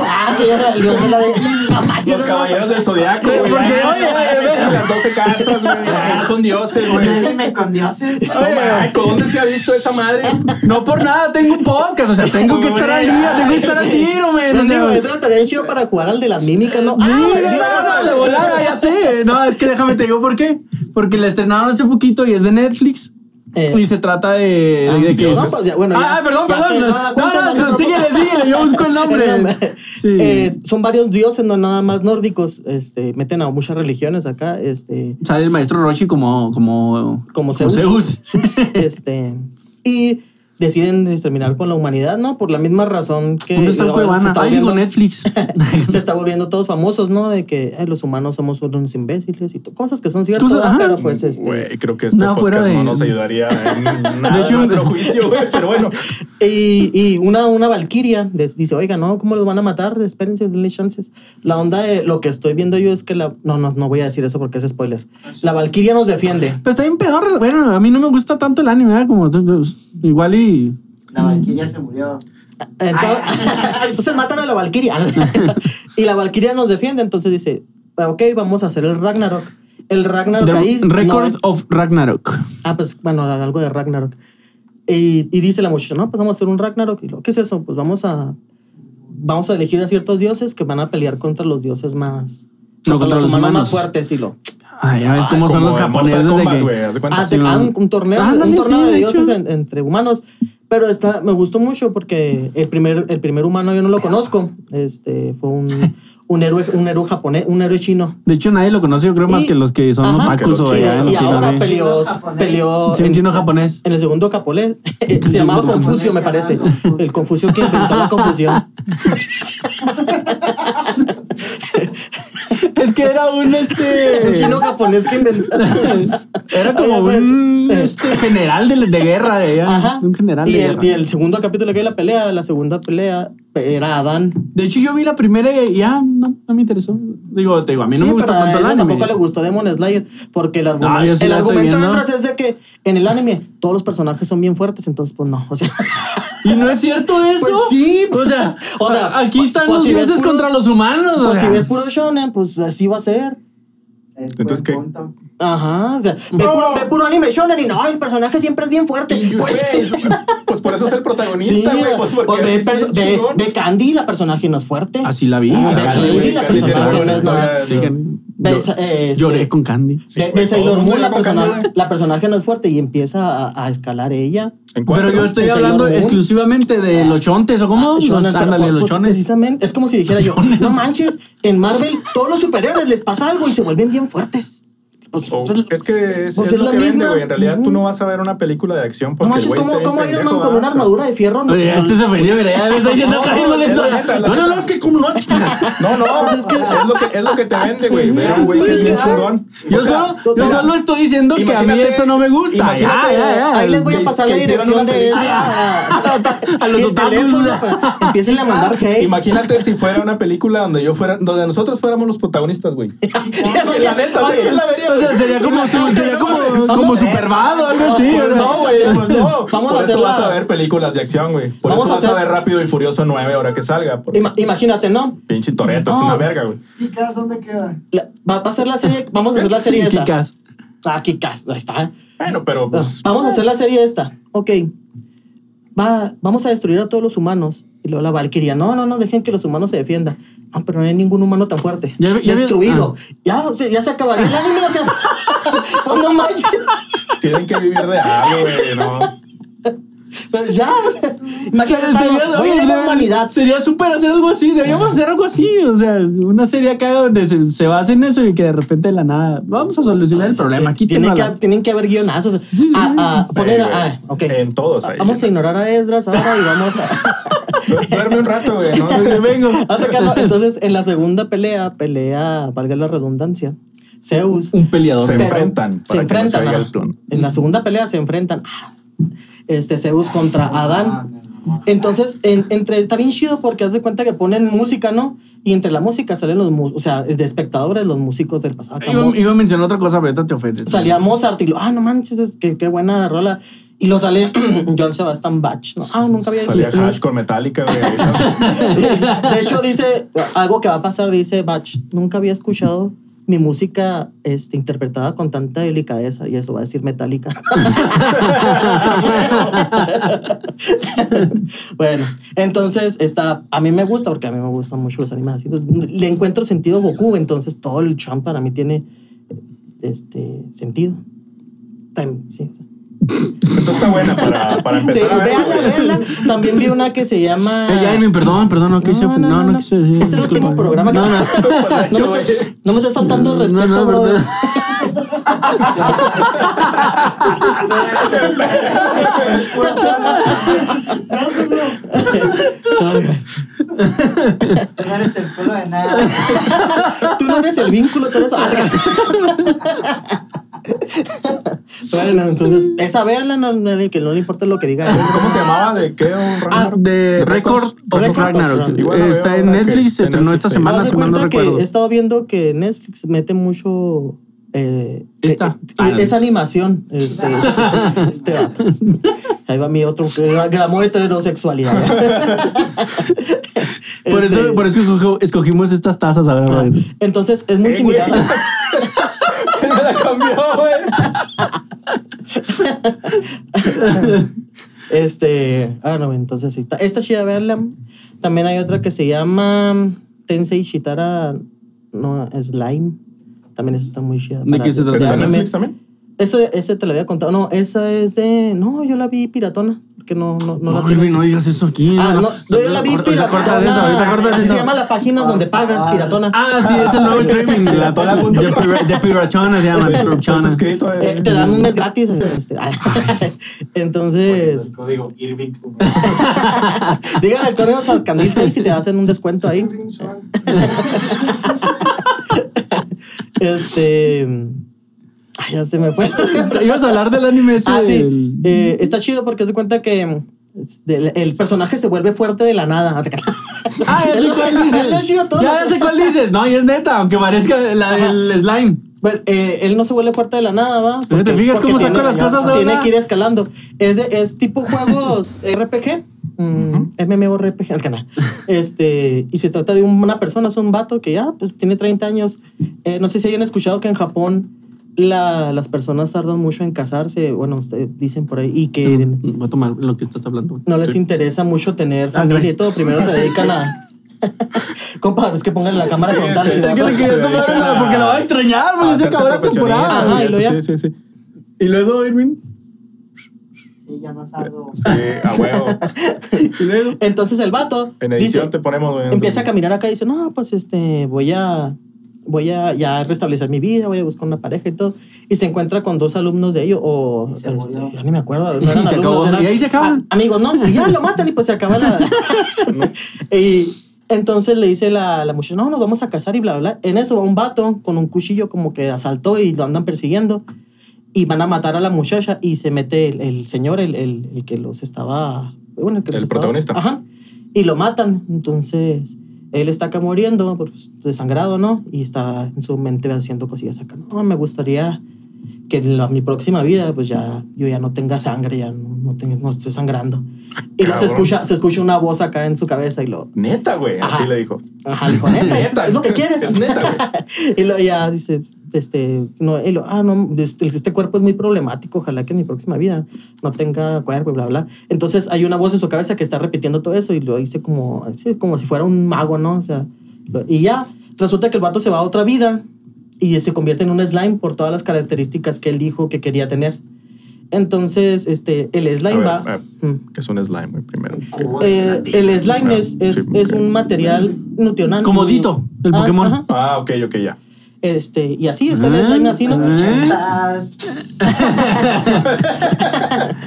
Ah, sí, ya salió la de- No manches, Los caballeros del zodiaco, güey. Porque, Ah, oye, oye, ve. Las 12 casas, güey. Ah, Son dioses, güey. Anime con dioses. No, Marco, ¿Dónde se ha visto esa madre? No por nada tengo un podcast, o sea, tengo que estar al día, tengo que estar al tiro, men. No O sé, sea, güey, eso estaría chido para jugar al de las mímicas, ¿no? Ah, Sí, no, Dios, no, no, de volada, ya sé. No, es que déjame te digo por qué. Porque la estrenaron hace poquito y es de Netflix. Eh. Y se trata de, Ah, de que. no, pues ya, bueno, ah, ya. perdón, Ya que perdón. nada, cuenta, No, no, no, no. síguele, síguele. Yo busco el nombre. Sí. Eh, son varios dioses, no nada más nórdicos. Este, meten a muchas religiones acá. Este, Sale el maestro Roshi como. Como, Como Zeus. este, y deciden exterminar con la humanidad, ¿no? Por la misma razón que ¿Dónde está el ahora se Cuevana? está Ahí digo volviendo- Netflix. se está volviendo todos famosos, ¿no? De que eh, los humanos somos unos imbéciles y to- cosas que son ciertas, Cosas, ¿no? ajá. pero pues este Güey, creo que este No, fuera podcast no de- nos ayudaría en nada De de hecho, hecho, nuestro juicio, güey. Pero bueno. y, y una una valquiria des- dice, "Oiga, no, ¿cómo los van a matar? Espérense, denle chances." La onda de lo que estoy viendo yo es que la no no no voy a decir eso porque es spoiler. La valquiria nos defiende. Pero está bien peor. Bueno, a mí no me gusta tanto el anime, ¿verdad? Como igual y. La Valquiria se murió. Entonces, Ay. entonces matan a la Valquiria. y la Valquiria nos defiende. Entonces dice: Ok, vamos a hacer el Ragnarok. El Ragnarok The ahí. no Record es- of Ragnarok. Ah, pues bueno, algo de Ragnarok. Y, y dice la muchacha: No, pues vamos a hacer un Ragnarok. Y lo, ¿Qué es eso? Pues vamos a. Vamos a elegir a ciertos dioses que van a pelear contra los dioses más. No, contra contra los humanos. más fuertes y lo. Ay, ya ves cómo son los Como japoneses Mortal de Kombat, que. güey, haz de cuenta. Ah, sí, te- no. ah, un, un torneo, Ándale, un torneo sí, de de dioses hecho. en- entre humanos. Pero está, me gustó mucho porque el primer, el primer humano yo no lo conozco. Este fue un, un héroe, un héroe japonés, un héroe chino. De hecho, nadie lo conoce, yo creo, más Y- que los que son Ajá. otakus o Sí, allá en y China, ahora güey. peli- peleó, Japonés. peleó Sí, un chino japonés. en el segundo capolés. Se llamaba Japonés, Confucio, me se parece. llamaba Ah, Confucio. El Confucio que inventó la confusión. Es que era un El este. chino japonés que inventó. Era como Oye, pues, un eh. este, general de, de guerra de allá. Ajá. Un general Y de el, guerra. y el segundo capítulo que hay la pelea, la segunda pelea era Adán. De hecho, yo vi la primera y ya no, no me interesó. Digo, te digo, a mí no Sí, me gusta pero a tanto el ella anime. Tampoco le gustó Demon Slayer porque el argumento, yo sí el la estoy argumento de viendo. frase es de que en el anime todos los personajes son bien fuertes, entonces pues no, o sea, Y no es cierto eso. Pues sí. O sea, O sea, aquí están pues los si ves dioses puros- contra los humanos. o pues, si sea. ves puro shonen, pues así va a ser. Es Entonces, Entonces, ¿qué? ¿qué? Ajá, o sea, ve, puro, ve puro anime shonen y no, el personaje siempre es bien fuerte. Güey, Pues, Pues por eso es el sí, protagonista, güey. Pues porque pues, ve, es bien perso- ve- chingón. ve Candy, la personaje no es fuerte. Así la vi. Ah, Candy, Candy, güey. vi la Candy, sí, persona, buena no, historia, Sí, no. Candy. Ve, Yo- esa- eh, este- Lloré con Candy. Sí, ve- güey, ve Sailor todo el mundo Moon, la llora con Candy, personaje, güey. la personaje no es fuerte y empieza a, a escalar ella. ¿En cuál, Pero yo perdón? estoy ¿El Sailor hablando Moon? exclusivamente de los chontes o Ah, cómo. Los- shonen, pero, Ándale, pues, los chones. Precisamente, es como si dijera yo, Shones. no manches, en Marvel todos los superhéroes les pasa algo y se vuelven bien fuertes. Pues, O- entonces, es que es, Pues es es lo la que vende, misma. güey. En realidad Ujú. tú no vas a ver una película de acción no porque el manches, güey está ¿cómo, bien cómo Iron pendejo, Man con ¿verdad? una O sea, armadura de fierro? no- Oye, no- este se ofendió, mira, ya me está yendo No, atrás no, es molesto. la neta, la No, no, neta. no, es que como no. No, no, es, lo que, es lo que te vende, güey. Ver a un güey que es bien Pues, chingón. Yo O sea, solo, yo mira, solo estoy diciendo que a mí imagínate- eso no me gusta. Ah, Ya, imagínate- ya, ya. eh, Ahí les voy a que- pasar la que hicieron dirección una de película. esa. A los pues. Y el otakus. teléfono, pa- Empiecen a mandar hate. Imagínate si fuera una película donde yo fuera, donde nosotros fuéramos los protagonistas, güey. Ya, La neta, sí, oye, ¿quién la vería, O o sea, sería como, su- sería como, como Superbad o algo así. o Pues sea. no, güey, pues no. Vamos a Por eso hacerla- vas a ver películas de acción, güey. Por Vamos eso a vas a hacer- ver Rápido y Furioso 9 ahora que salga. porque Ima- Ah. imagínate, ¿no? Pinche Toreto, es No. una verga, güey. Kikas, ¿dónde queda? La- va, va a ser la serie, vamos a hacer la serie Y esa. Kikas. Ah, Kikas, ahí está. Bueno, pero pues. Vamos a hacer la serie esta. Ok. Va, vamos a destruir a todos los humanos. Y luego la Valkyria. No, no, no, dejen que los humanos se defiendan. No, pero no hay ningún humano tan fuerte. Ya- Ah. ya- Destruido. Ya, se- ya se acabaría el anime. O sea, pues no manches. Ah. Tienen que vivir de algo, güey, ¿no? Pues ya. o sea, Imagínate, Sería, Thanos, oye, oye, la debe- humanidad. sería súper hacer algo así. Deberíamos hacer algo así. O sea, una serie acá donde se, se basa en eso y que de repente de la nada. Vamos a solucionar el problema. Aquí Tienen que, tienen que haber guionazos. o sea, Sí, sí, a- a sí. poner a- Eh, ah, ok. en todos ahí. Vamos a ignorar a Esdras ahora y vamos a. Du- Duerme un rato, güey, ¿no? vengo. Hasta que no, Entonces, en la segunda pelea, pelea, valga la redundancia, Zeus. Un peleador. Se Pero- enfrentan. para Se que no enfrentan. oiga ajá. el plon. En la segunda pelea se enfrentan. ah, Este Zeus contra Adán. Entonces, en- entre, está bien chido porque haz de cuenta que ponen música, ¿no? Y entre la música salen los, mu- o sea, de espectadores, los músicos del pasado. Como- Iba, iba a mencionar otra cosa, pero ahorita te ofendes. Salía Mozart y lo, ah, no manches, es- qué, qué buena rola. Y lo sale John Sebastian Bach. ¿no? Ah, nunca había Salía no, Hash con Metallica, güey. ahí, ¿no? De hecho, dice algo que va a pasar, dice Bach, nunca había escuchado mi música este, interpretada con tanta delicadeza, y eso va a decir metálica. bueno, entonces está, a mí me gusta, porque a mí me gustan mucho los animes, así, entonces, le encuentro sentido a Goku, entonces todo el champ para mí tiene este, sentido. Tan- sí, o sea. Entonces está buena para, para Sí, empezar a ver. véanla, güey. véanla. También vi una que se llama... Eh, ya, Edwin, perdón, perdón, no quise No, ofender. no, No, no, no. quise decir. Es el último disculpa. programa que- No, no. Pues, de hecho, No me, güey, estés, no me estás faltando el respeto, No, no, brother. perdón. Tú no eres el culo de nada. Tú no eres el vínculo, tú eres. bueno, entonces, esa verla, no, no- que no le importa lo que diga. ¿Cómo se llamaba? ¿De qué? ¿Un Ah, Ragnarok? de Record Record of of Ragnarok. Ragnarok. Igual la veo Está en ahora que- Netflix, se en estrenó Netflix, esta sí. semana, Haz si de mal no cuenta que recuerdo. he estado viendo que Netflix mete mucho. Eh, Esta. eh, eh, esa animación. Este, este- este vato. Ahí va mi otro gra- gramo de heterosexualidad. Por Este, eso, por eso escogió- escogimos estas tazas ahora. ah, güey. Entonces, es muy Eh, güey. similar. Me la cambió, güey. Este, ah, no, entonces sí está. Esta chida verla. También hay otra que se llama Tensei Shitara no, Slime. También esa está muy chida. ¿De para- qué se trata? ¿Está en anime. Netflix también? Esa, esa te la había contado. No, esa es de. No, yo la vi piratona. Que no, no, no, la No, Edwin, tengo. no digas eso aquí. Ah, no, no, yo la vi Corta- piratona. Corta de eso, ahorita corta de Así eso. se llama la página donde pagas, piratona. Ah, sí, es el nuevo streaming. La, Toda la punta. de, pira- de pirachona se llama, de Está pirachona. suscrito. eh. Eh, te dan un mes gratis. este, ah. Entonces, El código Irving. como- díganle al código Salcandil 6 si te hacen un descuento ahí. Irving Chuan. Este. Ay, ya se me fue. Ibas a hablar del anime ese. ah, sí. del- Eh, está chido porque se cuenta que mm, es- del- el personaje se vuelve fuerte de la nada. Ah, ya sé cuál Él ha dices. sido todo. Ya sé cuál dices. No, y es neta, aunque parezca la del slime. Bueno, eh, él no se vuelve fuerte de la nada, ¿va? te fijas porque cómo sacó tiene- las cosas de Tiene una? que ir escalando. Es, de- es tipo juegos RPG. mm, Ujú. MMORPG, al canal. Este, y se trata de un- una persona, es un vato que ya pues, tiene 30 años. Eh, no sé si hayan escuchado que en Japón la- las personas tardan mucho en casarse. Bueno, ustedes dicen por ahí. Y que Voy a tomar lo que estás hablando. no les interesa mucho tener Ah, familia caray. y todo. Primero se dedican a. Compa, es que pongan la cámara Sí, frontal. sí, si vas Es a- que le quería Se tomar dedican una a- porque la va a extrañar, A porque se hacerse acabó la profesionista, temporada. Ajá, y sí, luego eso, sí, sí, sí. Y luego, Irving. Sí, ya no salgo. Sí, a huevo. Y luego. Entonces el vato. En edición dice- te ponemos. güey, empieza a caminar acá y dice, no, pues este, voy a, voy a ya restablecer mi vida, voy a buscar una pareja y todo. Y se encuentra con dos alumnos de ellos, o Y se este, murió. ya ni me acuerdo, no Y eran se alumnos, acabó, eran- y ahí se acaba. Ah, amigos, ¿no? Y ya lo matan y pues se acaba la... y entonces le dice la, la muchacha, no, nos vamos a casar y bla, bla, bla. En eso va un vato con un cuchillo como que asaltó y lo andan persiguiendo. Y van a matar a la muchacha y se mete el, el señor, el, el- el que los estaba... Bueno, que El los estaba- protagonista. Ajá. Y lo matan. Entonces Él está acá muriendo, pues, desangrado, ¿no? Y está en su mente haciendo cosillas acá. No, me gustaría que en la- mi próxima vida, pues ya, yo ya no tenga sangre, ya no, no, tenga- no esté sangrando. Y luego se Cabrón. escucha, se escucha una voz acá en su cabeza y lo, Neta, güey. Así Ajá. le dijo. ajá, dijo, neta, es, Neta. es lo que quieres. Es neta, güey. Y luego ya dice, este, no, y luego, ah, no, este, este cuerpo es muy problemático, ojalá que en mi próxima vida no tenga cuerpo y bla, bla. Entonces hay una voz en su cabeza que está repitiendo todo eso y lo dice como, sí, como si fuera un mago, ¿no? O sea, lo- y ya, resulta que el vato se va a otra vida y se convierte en un slime por todas las características que él dijo que quería tener. Entonces, este, el A slime ver, va... a ver, Mm. que es un slime, güey, primero. Como- Eh, el slime Ah, es, es, sí, es ok. un material nutricional. Como Dito, el Ah, Pokémon. ajá. Ah, ok, ok, ya. Este, y así está Ah, el slime así, ¿no? ah. ¿Eh? Ochentas.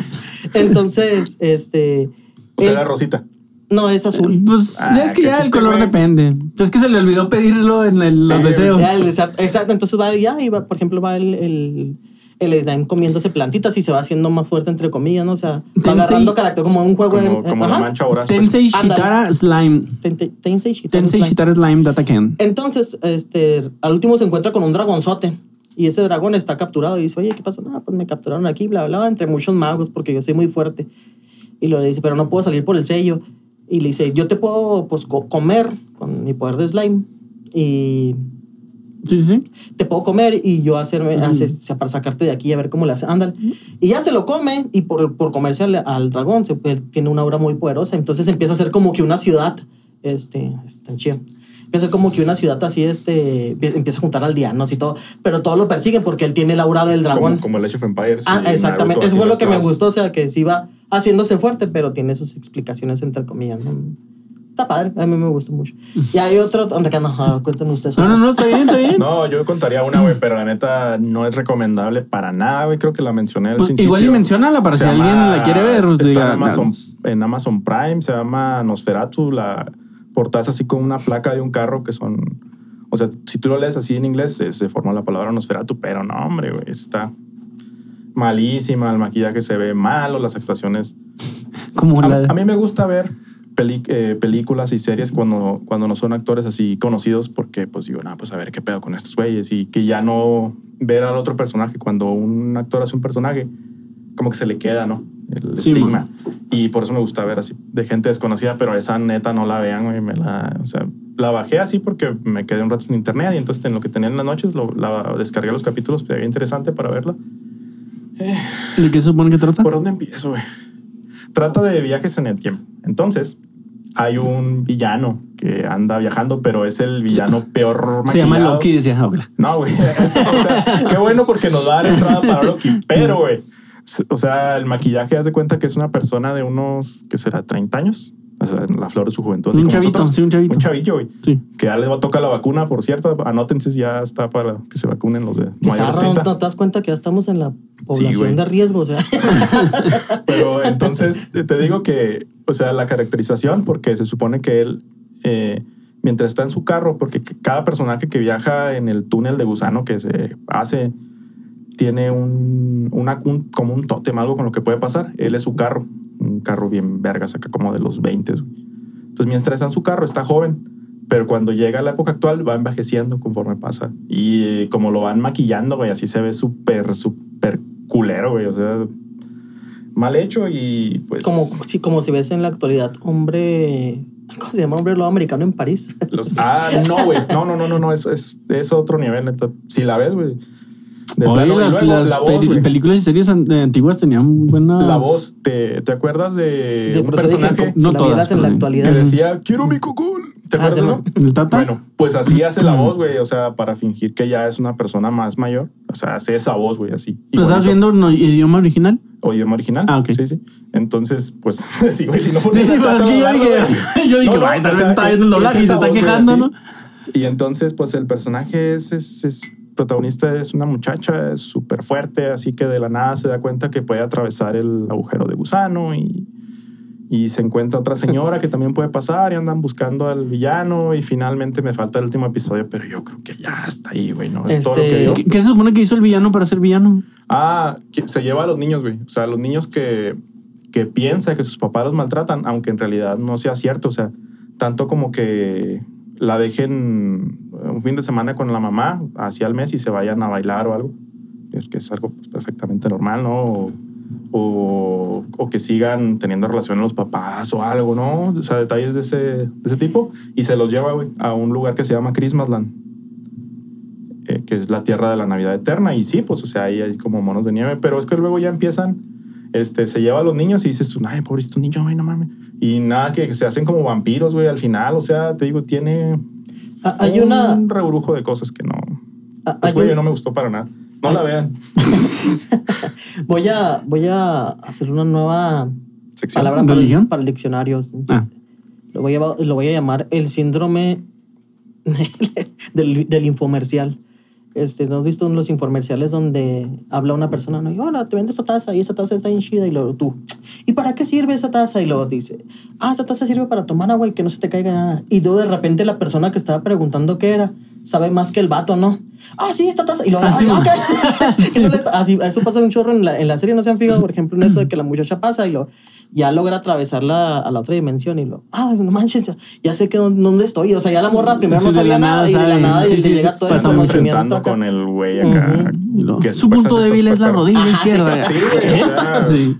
Entonces, este. O sea, él- era Rosita. no, es azul. Pues Ah, ya es que qué ya el chiste, color güey. depende. Es que se le olvidó pedirlo en el- los Sí, deseos. Ya, el- exacto, exacto, entonces va ya y va, por ejemplo, va el, el, el slime comiéndose plantitas y se va haciendo más fuerte, entre comillas, ¿no? O sea, va Tensei. agarrando carácter como un juego. Como, en- como la ajá. mancha pues, ahora. Tensei Ándale. Shitara Slime. Ten- Tensei Shitaro Tensei Slime. Shitara Slime Data Ken. Entonces, este, al último se encuentra con un dragonzote. Y ese dragón está capturado y dice, oye, ¿qué pasó? No, pues me capturaron aquí, bla, bla, bla, entre muchos magos, porque yo soy muy fuerte. Y le dice, pero no puedo salir por el sello. Y le dice, yo te puedo pues, co- comer con mi poder de slime. Y Sí, sí, sí. te puedo comer y yo hacerme, Ujú. hace- o sea, para sacarte de aquí a ver cómo le hace. Ándale. Y ya se lo come y por, por comerse al, al dragón, se, él tiene una aura muy poderosa. Entonces empieza a ser como que una ciudad, este, está chido. Empieza a ser como que una ciudad así, este, empie- empieza a juntar aldeanos y todo. Pero todos lo persiguen porque él tiene la aura del dragón. Como, como el Age of Empires. Ah, y Naruto exactamente. Eso fue lo que me haciendo gustó. O sea, que sí va haciéndose fuerte, pero tiene sus explicaciones entre comillas. ¿no? Está padre. A mí me gustó mucho. Y hay otro... No, cuéntame ustedes. No, no, no, está bien, está bien. No, yo contaría una, güey, pero la neta no es recomendable para nada, güey. Creo que la mencioné al Pues, principio. igual y menciónala para Se si alguien llama- la quiere ver. pues, Está en, diga, Amazon, no, en Amazon Prime, se llama Nosferatu, la portás así con una placa de un carro que son... O sea, si tú lo lees así en inglés, se, se forma la palabra Nosferatu, pero no, hombre, güey, está malísima, el maquillaje se ve malo, las actuaciones... Como A, la. a mí me gusta ver peli- eh, películas y series cuando, cuando no son actores así conocidos porque pues digo, nada, pues a ver qué pedo con estos güeyes y que ya no ver al otro personaje cuando un actor hace un personaje como que se le queda, ¿no? El Sí, estigma. Y por eso me gusta ver así de gente desconocida, pero esa neta no la vean, güey, me la, o sea, la bajé así porque me quedé un rato en internet y entonces en lo que tenía en las noches lo, la descargué los capítulos, pero era interesante para verla. ¿De qué se supone que trata? ¿Por dónde empiezo, güey? Trata de viajes en el tiempo. Entonces, hay un villano que anda viajando, pero es el villano peor Se llama maquillado. Loki, decía Jaula. No, güey. O sea, qué bueno porque nos va a dar entrada para Loki. Pero, güey. O sea, el maquillaje, haz de cuenta que es una persona de unos, ¿qué será? ¿30 años? O sea, en la flor de su juventud. así Un como chavito, nosotros. sí, un chavito. Un chavillo, güey. Sí. Que ya les va a tocar la vacuna, por cierto. Anótense, ya está para que se vacunen los de Que mayores de zarra, no, 30. no te das cuenta que ya estamos en la población güey. de riesgo, o sea. Pero entonces eh, te digo que, o sea, la caracterización, porque se supone que él, eh, mientras está en su carro, porque c- cada personaje que viaja en el túnel de gusano que se hace, tiene un, una- un- como un tótem, algo con lo que puede pasar. Él es su carro, un carro bien vergas, acá como de los 20. güey. Entonces, mientras está en su carro, está joven. Pero cuando llega a la época actual, va envejeciendo conforme pasa. Y eh, como lo van maquillando, güey, así se ve súper, súper culero, güey. O sea, mal hecho y pues Como, sí, como si ves en la actualidad, hombre. ¿Cómo se llama? Hombre lo americano en París. los ah no güey no no no no no eso es es otro nivel neta si la ves güey De Oye, plano, y las, luego las la voz peli- güey. películas y series an- eh, antiguas tenían buena. la voz te, te acuerdas de, Yo un por eso dije, personaje No si la todas, vieras en la pero- que actualidad. decía quiero mi cocún te Ah, acuerdas se de llama- eso ¿El Tata? bueno pues así hace la voz güey o sea para fingir que ya es una persona más mayor o sea hace esa voz güey así ¿Lo estás Igualito. viendo en idioma original? o idioma original Ah, ok. sí sí entonces pues sí güey si no Sí, pones la pero es tata que doblada, yo güey. dije, yo dije, No, no, "Ay, tal o vez sea, e-, está viendo el es- doblaje es y se esa está voz, güey, quejando, así. ¿no? Y entonces, pues el personaje es, es, es- protagonista, es una muchacha es súper fuerte, así que de la nada se da cuenta que puede atravesar el agujero de gusano y, y se encuentra otra señora que también puede pasar y andan buscando al villano y finalmente me falta el último episodio, pero yo creo que ya está ahí, güey, ¿no? Es todo lo que Este, vio. ¿Qué, qué se supone que hizo el villano para ser villano? Ah, que se lleva a los niños, güey. O sea, los niños que, que piensa que sus papás los maltratan, aunque en realidad no sea cierto. O sea, tanto como que la dejen un fin de semana con la mamá, hacia el mes y se vayan a bailar o algo, es que es algo pues, perfectamente normal, ¿no? O, o- o que sigan teniendo relación los papás o algo, ¿no? O sea, detalles de ese, de ese tipo. Y se los lleva, güey, a un lugar que se llama Christmasland, eh, que es la tierra de la Navidad eterna. Y sí, pues, o sea, ahí hay como monos de nieve, pero es que luego ya empiezan, este, se lleva a los niños y dices tú, ay, pobrecito niño, güey, no mames. Y nada, que se hacen como vampiros, güey, al final. O sea, te digo, tiene Ah, Hay una. un rebrujo de cosas que no... ah, Pues, hay güey, un- no me gustó para nada. No la vean. Voy a, voy a hacer una nueva Sección. palabra para el, ¿Religión? para el diccionario. Ah. Lo, voy a, lo voy a llamar el síndrome del, del infomercial. Este, ¿No has visto los infomerciales donde habla una persona? No, y hola, te vendo esta taza y esa taza está bien chida. Y luego tú, ¿y para qué sirve esa taza? Y luego dice, ah, esa taza sirve para tomar agua y que no se te caiga nada. Y luego de repente la persona que estaba preguntando qué era sabe más que el vato, ¿no? Ah, sí, esta taza. Y luego, Así, "Ah, ok". Y luego le está- así, eso pasa un chorro en la, en la serie, no se han fijado, por ejemplo, en eso de que la muchacha pasa y lo ya logra atravesar la, a la otra dimensión y lo, ah, no manches, ya sé que dónde, dónde estoy. O sea, ya la morra primero Sí, no de la sabía nada nada, y de sabe. la nada Sí, y sí, se sí, llega sí, todo pasa Se el está mucho. conocimiento enfrentando acá. con el güey acá. Y luego, que su punto supuestamente débil está es la superado. rodilla Ajá, izquierda. ¿Eh? Sí, güey, o sea, Sí.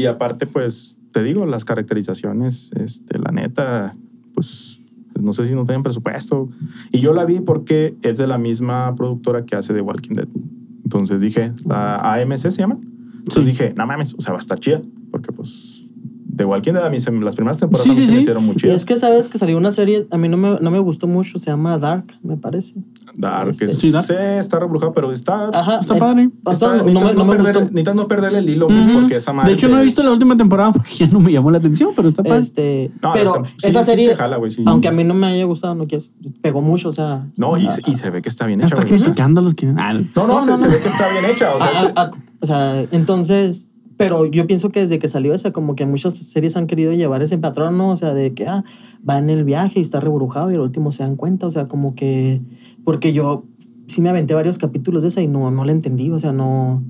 Y aparte, pues, te digo, las caracterizaciones, este, la neta, pues, no sé si no tienen presupuesto. Y yo la vi porque es de la misma productora que hace The Walking Dead. Entonces dije, la AMC se llama. Entonces Sí. dije, no mames, o sea, va a estar chida. Porque, pues, The Walking Dead a mí se me- las primeras temporadas Sí, a mí sí, se me sí. hicieron muy Y chidas. es que sabes que salió una serie, a mí no me, no me gustó mucho, se llama Dark, me parece. Dark, este- es- Sí, Dark. sí, está rebrujada, pero está... Ajá. Está eh, padre. o sea, está- no, necesitas me, no no me perder- gustó. necesitas no perderle el hilo, güey, Ujú. porque esa madre de hecho, no te- he visto la última temporada porque ya no me llamó la atención, pero está padre. Este, No, pero esa- sí, esa sí serie, te jala, güey, sí. aunque a mí no me haya gustado, no quieres, pegó mucho, o sea. No, y, a- se- y se ve que está bien Ya hecha. está güey. criticando a los que. Ah, No, no, No, se, no, se no. ve que está bien hecha. O sea, a- se- a- a- o sea, entonces, pero yo pienso que desde que salió esa, como que muchas series han querido llevar ese patrón, ¿no? O sea, de que ah, va en el viaje y está reburujado y al último se dan cuenta, o sea, como que. Porque yo sí me aventé varios capítulos de esa y no, no la entendí, o sea, no.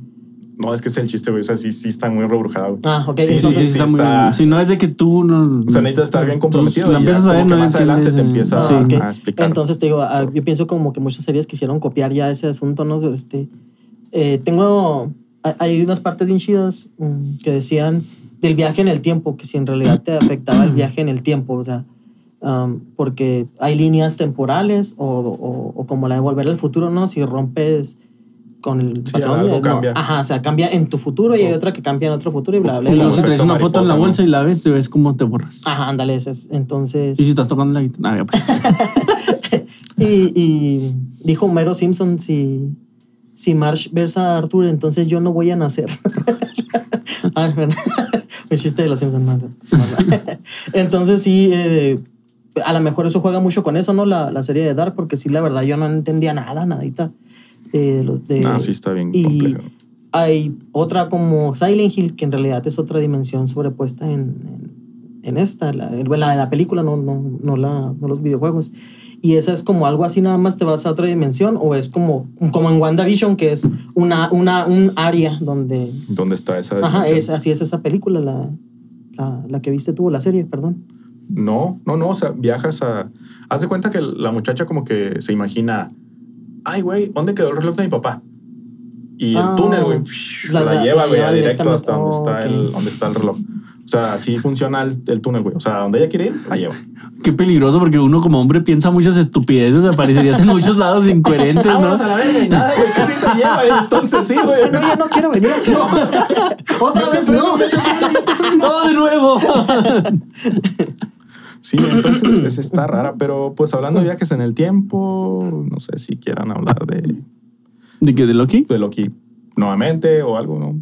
no, es que es el chiste, güey. O sea, sí, sí está muy rebrujada, güey. Ah, ok, Sí, sí, Sí, sí, entonces. está sí, muy está- bien. Si no es de que tú no. O sea, necesitas estar bien Tú comprometido. la y ya empiezas a como ver, que no más adelante te entiendes, eh, empieza sí. a- Ah, ok. a explicar. Entonces te digo, ah, yo pienso como que muchas series quisieron copiar ya ese asunto, ¿no? Este, eh, tengo, hay- hay unas partes bien chidas mm, que decían del viaje en el tiempo, que si en realidad te afectaba el viaje en el tiempo, o sea, am, porque hay líneas temporales o, o- o como la de volver al futuro, ¿no? Si rompes con el Sí, algo no, cambia. ajá, o sea, cambia en tu futuro y hay otra que cambia en otro futuro y bla, bla, Y bla. bla. luego si traes efecto una foto en mariposa, la Ah. ¿no? bolsa y la ves, te ves cómo te borras. Ajá, ándale, ese es- entonces... Y si estás tocando la guitarra. Ah, ya, pues. Y, y dijo Homero Simpson, si, si Marsh versa a Arthur, entonces yo no voy a nacer. Ah, bueno. Un chiste de los Simpsons. no, no. entonces sí, eh, a lo mejor eso juega mucho con eso, ¿no? La, la serie de Dark, porque sí, la verdad, yo no entendía nada, nadita. eh, de lo- de- No, sí está bien y- complejo. Hay otra como Silent Hill, que en realidad es otra dimensión sobrepuesta en, en, en esta, la, la de la película, no, no, no, la, no los videojuegos. Y esa es como algo así, nada más te vas a otra dimensión, o es como, como en WandaVision, que es una, una, un área donde... ¿Dónde está esa? Ajá, dimensión? es, así es esa película, la, la, la que viste tú, la serie, perdón. No, no, no. O sea, viajas a. Haz de cuenta que la muchacha como que se imagina. Ay, güey, ¿dónde quedó el reloj de mi papá? Y el Ah, túnel, güey, la- la, la- lleva, la güey, lleva a directo directamente. hasta donde, está Oh, el, ok. donde está el reloj. O sea, así funciona el, el túnel, güey. O sea, donde ella quiere ir, la lleva. Qué peligroso porque uno como hombre piensa muchas estupideces, aparecerías en muchos lados incoherentes, ¿no? Vámonos a Ah, la verga y nada, güey, casi te lleva. Entonces sí, güey. No, yo no quiero venir aquí. Otra vez no. No, de nuevo. Sí, entonces es, está rara, pero pues hablando de viajes en el tiempo, no sé si quieran hablar de, ¿De qué? ¿De Loki? de Loki nuevamente o algo, ¿no?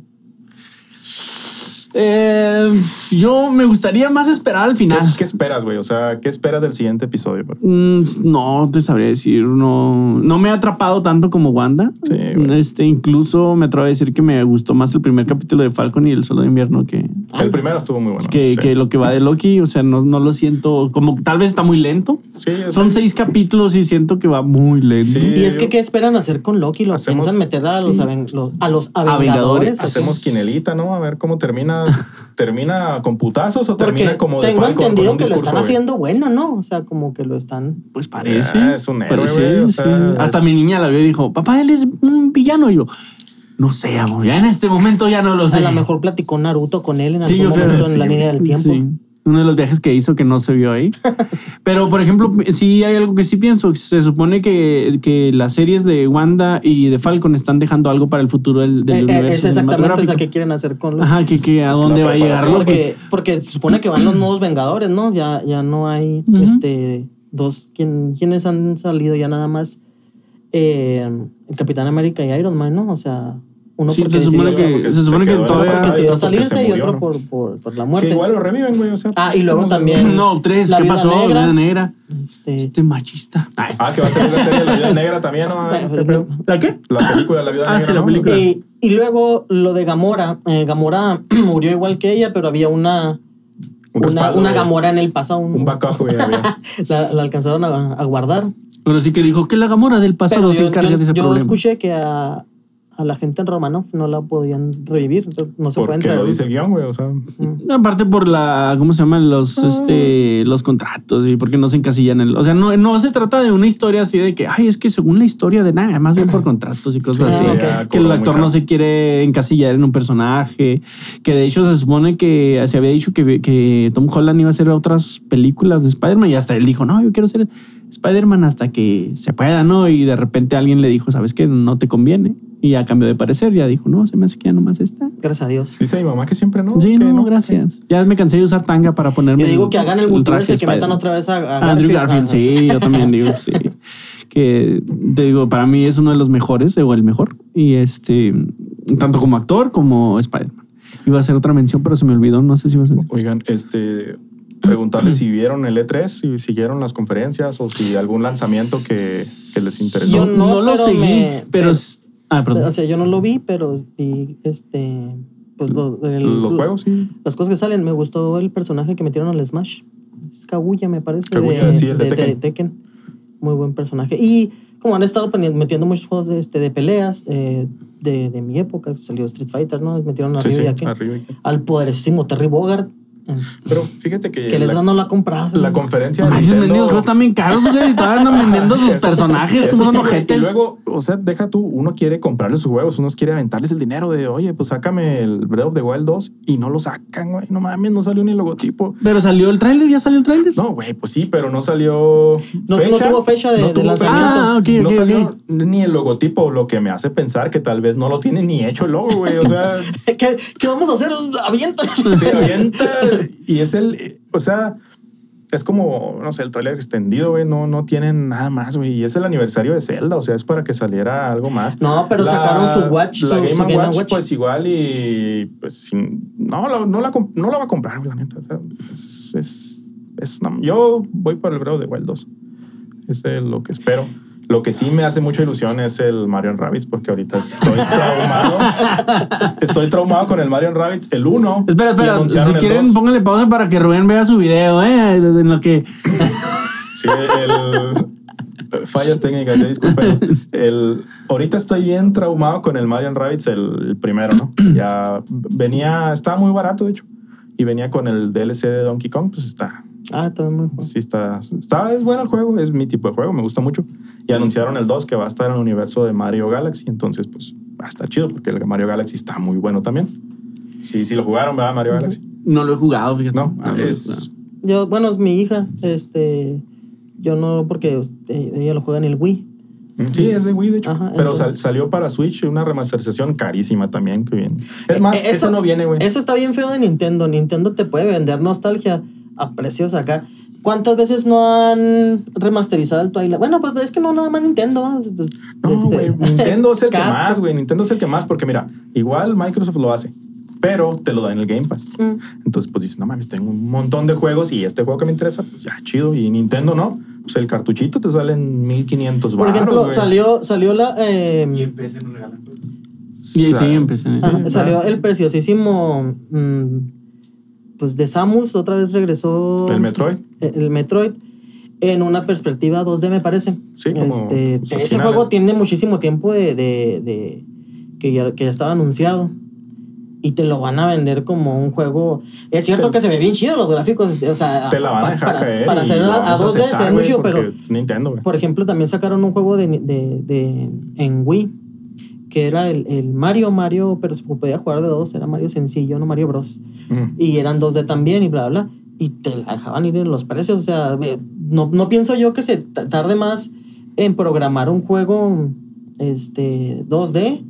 Eh, yo me gustaría más esperar al ¿Qué, final. qué esperas, güey? O sea, ¿qué esperas del siguiente episodio? güey? Mm, No te sabría decir, no, no me ha atrapado tanto como Wanda. Sí, güey. este, incluso me atrevo a decir que me gustó más el primer capítulo de Falcon y el Solo de Invierno que, Que el primero estuvo muy bueno. que, sí. que lo que va de Loki. O sea, no, no lo siento como tal vez está muy lento. Sí, o sea, Son seis capítulos y siento que va muy lento. Sí. Y es que, ¿qué esperan hacer con Loki? ¿Lo Hacemos- piensan meter a los, sí. aven- los- a los Avengadores. avengadores? Hacemos quinelita, ¿no? A ver cómo termina termina con putazos o Porque termina como de tengo Falcon con entendido un que lo discurso. están güey? haciendo bueno, ¿no? O sea, como que lo están. Pues parece. Ah, es un héroe, parece, güey, o sí. sea, Hasta es- mi niña la vio y dijo, papá, él es un villano. Y yo, no sé, amor, ya en este momento ya no lo sé. A lo mejor platicó Naruto con él en algún Sí, yo creo momento que en la sí, línea del tiempo. Eh, sí. Uno de los viajes que hizo que no se vio ahí. Pero, por ejemplo, sí hay algo que sí pienso. Se supone que, que las series de Wanda y de Falcon están dejando algo para el futuro del, del Eh, eh, universo es exactamente cinematográfico. esa que quieren hacer con los. Ajá, que, que a Es la dónde va a llegar Pues, preparación. Loki. Porque, porque se supone que van los nuevos Vengadores, ¿no? Ya, ya no hay Ujú. este dos. ¿quién, ¿Quiénes han salido ya nada más? Eh, el Capitán América y Iron Man, ¿no? O sea, uno Sí, porque se supone decidió- que, porque se se supone que quedó en la todavía... porque pasada. decidió porque se salirse y murió, otro ¿no? por, por, por la Que muerte. igual lo reviven, güey. O sea, Ah, pues, y luego ¿cómo se- también- No, tres, La ¿qué Viuda pasó? Negra. Viuda negra. Este, Este machista. Ay. Ah, que va a salir la serie de La Vida Negra también, ¿no? bueno, pues, ¿Qué pedo? ¿La qué? La película de La Vida Ah, Negra. sí, la ¿no? película. Y, y luego lo de Gamora. eh, Gamora murió igual que ella, pero había una, Un una, respaldo, una güey. Gamora en el pasado. un- Un backup, güey. había. la, la alcanzaron a, a guardar. Pero sí que dijo que la Gamora del pasado Pero se yo, encarga yo- de ese yo problema. escuché que a, a la gente en Romanov no la podían revivir. entonces No se pueden Porque traer. lo dice el guión, güey. O sea, Ah, Mm. Aparte por la, ¿cómo se llaman? Los, Ah. este, los contratos y porque no se encasillan. En, o sea, no, no se trata de una historia así de que, ay, es que según la historia de nada, más bien por contratos y cosas Sí, así. ok. ya cobró Que el muy actor caro. no se quiere encasillar en un personaje. Que de hecho se supone que se había dicho que, que Tom Holland iba a hacer otras películas de Spider-Man y hasta él dijo, no, yo quiero ser Spider-Man hasta que se pueda, ¿no? Y de repente alguien le dijo, ¿sabes qué? No te conviene. Y a cambio de parecer ya dijo, no, se me hace que ya nomás está. Gracias a Dios. Dice mi mamá que siempre no. Sí, que no, gracias. Ya me cansé de usar tanga para ponerme. Yo digo que hagan el multiverso y traje que Spider-Man. metan otra vez a, a Andrew Garfield, Ah, sí, yo también digo, que sí. Que te digo, para mí es uno de los mejores, o el mejor. Y este, tanto como actor como Spider-Man. Iba a hacer otra mención, pero se me olvidó. No sé si iba a ser. Oigan, este. Preguntarle si vieron el E3, si siguieron las conferencias o si algún lanzamiento que, que les interesó. Yo no, lo pero seguí, me- pero. s- Ah, O perdón. sea, yo no lo vi, pero vi este. Pues lo- el- Los juegos, sí. Las cosas que salen, me gustó el personaje que metieron al Smash. Es Kaguya, me parece. Kaguya, de, sí, el de Tekken. Muy buen personaje. Y como han estado poni- metiendo muchos juegos de, este, de peleas eh, de, de mi época, salió Street Fighter, ¿no? Metieron a Sí, Ryu sí, y a Ken. arriba y aquí. al poderosísimo Terry Bogard, Pero fíjate que, que les la, no la ha comprado. la conferencia de Ay, esos Nintendo- mendigos juegos están bien caros, güey. y Todavía andan vendiendo sus Eso sí, personajes, eso como son sí, güey. Y ojetes. luego, o sea, deja tú, uno quiere comprarle sus huevos, uno quiere aventarles el dinero de, oye, pues sácame el Breath of the Wild 2 y no lo sacan, güey. No mames, no salió ni el logotipo. Pero salió el tráiler, ya salió el tráiler. No, güey, pues sí, pero no salió. No- no tuvo fecha de- de lanzamiento. Ah, ok, no ok, salió ok. ni el logotipo, lo que me hace pensar que tal vez no lo tiene ni hecho el logo, güey. O sea, ¿Qué, qué vamos a hacer? Avienta. se avienta y es el. O sea. Es como, no sé, el tráiler extendido, güey. No, no tienen nada más, güey. Y es el aniversario de Zelda. O sea, es para que saliera algo más. No, pero La- sacaron su Watch. La su- Game, su and Game Watch, and Watch. pues igual y pues sin- no, la- no, la, comp- no la va a comprar, la neta. O sea, es, es- es una- yo voy por el Breath of the Wild 2. Es eh, lo que espero. Lo que sí me hace mucha ilusión es el Mario Rabbits, porque ahorita estoy traumado. estoy traumado con el Mario Rabbits, el 1. Espera, y espera. anunciaron Si el quieren, 2. pónganle pausa para que Rubén vea su video, ¿eh? En lo que. Sí, el. Fallas técnicas, te disculpen. El, ahorita estoy bien traumado con el Mario Rabbits, el, el primero, ¿no? Ya venía, estaba muy barato, de hecho. Y venía con el DLC de Donkey Kong, pues está. pues Ah, también muy bueno. Sí, está. está es bueno el juego, es mi tipo de juego, me gusta mucho. Y anunciaron el 2 que va a estar en el universo de Mario Galaxy, entonces, pues va a estar chido, porque el Mario Galaxy está muy bueno también. Sí, sí lo jugaron, ¿verdad? Mario Galaxy. No lo he jugado, fíjate. No, lo he es. jugado. Yo, bueno, es mi hija. Este, yo no, porque eh, ella lo juega en el Wii. Sí, es de Wii, de hecho. Ajá, pero entonces- sal- salió para Switch una remasterización carísima también que viene. Es más, Eh, eso- eso no viene, güey. Eso está bien feo de Nintendo. Nintendo te puede vender nostalgia a precios acá. ¿Cuántas veces no han remasterizado el Twilight? Bueno, pues es que no nada más Nintendo. pues, No, este, güey. Nintendo es el que Capcom. más, güey. Nintendo es el que más, porque mira, igual Microsoft lo hace, pero te lo da en el Game Pass. Mm. Entonces, pues dices, no mames, tengo un montón de juegos y este juego que me interesa, pues ya, chido. Y Nintendo no. Pues el cartuchito te sale en 1500 Por baros, ejemplo, güey. salió, salió la. eh, Y empecé en un regalo. Y O sea, sí, empecé. ajá, claro. salió el preciosísimo. mm, pues de Samus, otra vez regresó. El Metroid. eh, el Metroid. En una perspectiva 2D, me parece. Sí, como Este, los ese originales. juego tiene muchísimo tiempo de, de- de- que, ya, que ya estaba anunciado. Y te lo van a vender como un juego. Es cierto que se ve bien chido los gráficos. este, O sea, Te la van a pa- dejar para, caer. Para y hacer lo a, a vamos 2D se aceptar, ve muy güey, chido, pero. porque es Nintendo, güey. Por ejemplo, también sacaron un juego de, de- de- en Wii que era el, el Mario, Mario, pero se podía jugar de dos, era Mario sencillo, no Mario Bros. Mm. Y eran 2D también y bla, bla. Y te la dejaban ir en los precios. O sea, ve- no, no pienso yo que se ta- tarde más en programar un juego este, 2D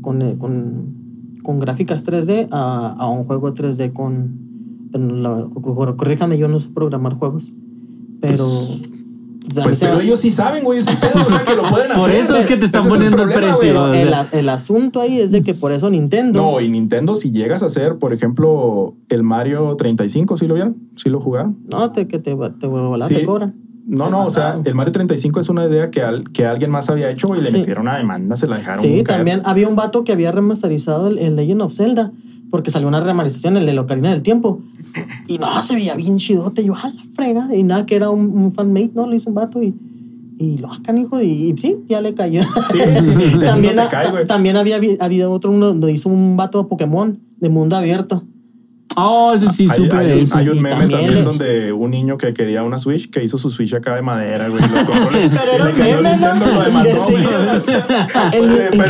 con, eh, con, con gráficas 3D a, a un juego 3D con... pero la- cor- corríjame, yo no sé programar juegos. Pero... o sea, Pues, se- pero ellos sí saben, güey, es un pedo, o sea, que lo pueden hacer. Por eso es güey. que te están Ese es poniendo el problema, güey. precio. el, a- el asunto ahí es de que por eso Nintendo... No, y Nintendo, si llegas a hacer, por ejemplo, el Mario 35, ¿sí lo vieron? ¿Sí lo jugaron? No, te, que te, va- te, va a volar, Sí. te cobran. No, no, o sea, el Mario 35 es una idea que, al- que alguien más había hecho y le Sí. metieron una demanda, se la dejaron. Sí, caer. también había un vato que había remasterizado el, el Legend of Zelda, porque salió una remasterización, el de la Ocarina del Tiempo. Y no, se veía bien chidote, yo, a la frega. Y nada, que era un, un fanmate, ¿no? Lo hizo un vato y, y lo hacan, hijo, y, y sí, ya le cayó. Sí, sí, Nintendo también, te ha- cae, güey. también había habi- habido otro, uno donde hizo un vato a Pokémon de mundo abierto. Oh, ese sí, Hay- supe hay, de un- eso. hay un meme También, también, eh. donde un niño que quería una Switch, que hizo su Switch acá de madera, güey. Los controles. Pero era Y le cayó meme, el Nintendo y lo ¿no? demandó, Sí. güey. O sea, El- eh, Pero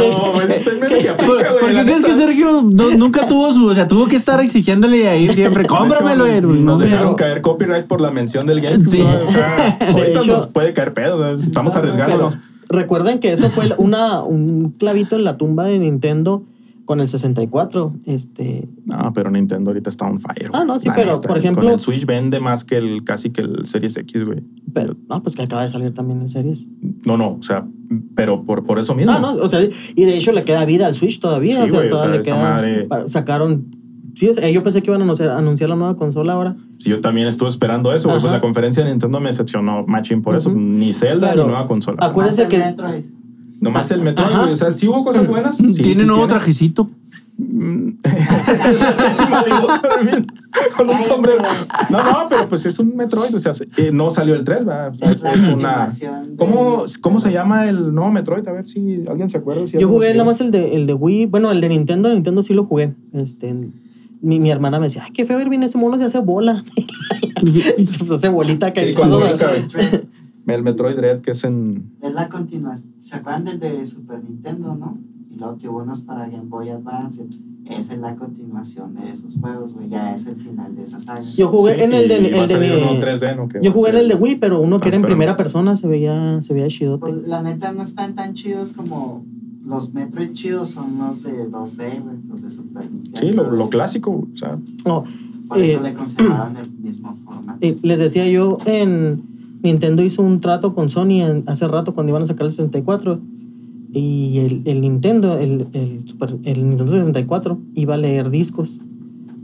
que- es el meme que aplica, ¿Por, güey. por qué la crees que neta. Sergio no- nunca tuvo su... O sea, tuvo que estar exigiéndole ahí siempre, cómpramelo. De hecho, güey, Nos no, dejaron pero- caer copyright por la mención del game. Sí. ¿no? O sea, ahorita hecho- nos puede caer pedo. ¿no? Estamos arriesgándonos. Recuerden que eso fue una, un clavito en la tumba de Nintendo con el 64. Este, No, pero Nintendo ahorita está on fire. güey. Ah, no, sí, La pero, neta, por y ejemplo- Con el Switch vende más que el casi que el Series X, güey. pero no, pues que acaba de salir también en series. No, no, o sea, pero por, por eso mismo. Ah, no, o sea, y de hecho le queda vida al Switch todavía. Sí, o sea, güey, o sea, todavía le esa queda. madre- para- sacaron. Sí, o sea, yo pensé que iban a anunciar, anunciar la nueva consola ahora. Si yo también estuve esperando eso, güey. Pues Ajá. la conferencia de Nintendo me decepcionó, machín, por eso. Ujú. Ni Zelda Pero- ni nueva consola. acu- Acuérdense Más el que- Metroid. Nomás el Metroid, Ajá. güey. O sea, sí hubo cosas buenas. Sí, sí tiene nuevo trajecito. Mm. Está encima de vos, también, Con un Ay, sombrero. pero- No, no, pero pues es un Metroid. O sea, eh, no salió el 3, ¿verdad? O sea, Es la es una. continuación de- ¿Cómo, cómo se de los- llama el nuevo Metroid? A ver si alguien se acuerda. si Yo algo jugué así. nada más el de, el de Wii. Bueno, el de Nintendo, el Nintendo sí lo jugué. Este, mi, mi hermana me decía, ay, qué feo, Irving, ese mono se hace bola. Y se hace bolita que Sí, Sí, cuando no, vi que- Metroid. El Metroid Red, que es en. Pues, Es la continuación. ¿Se acuerdan del de Super Nintendo, no? Y luego que hubo unos para Game Boy Advance. Esa es la continuación de esos juegos, güey. Ya es el final de esa saga. Yo jugué Sí, en el de, y va a el de salir mi- uno 3D, ¿no? Que va yo a jugué en ser- el de Wii, pero uno que era en Transparente. primera persona se veía, se veía chidote. Pues, la neta no están tan chidos como los Metroid chidos son los de 2D, güey. Los de Super Nintendo. Sí, lo, lo güey. clásico. O sea, No, Por eso eh, le conservaron el mismo formato. Eh, les decía yo, en Nintendo hizo un trato con Sony en- hace rato cuando iban a sacar el 64. Y el, el Nintendo, el, el, Super- el Nintendo 64, iba a leer discos.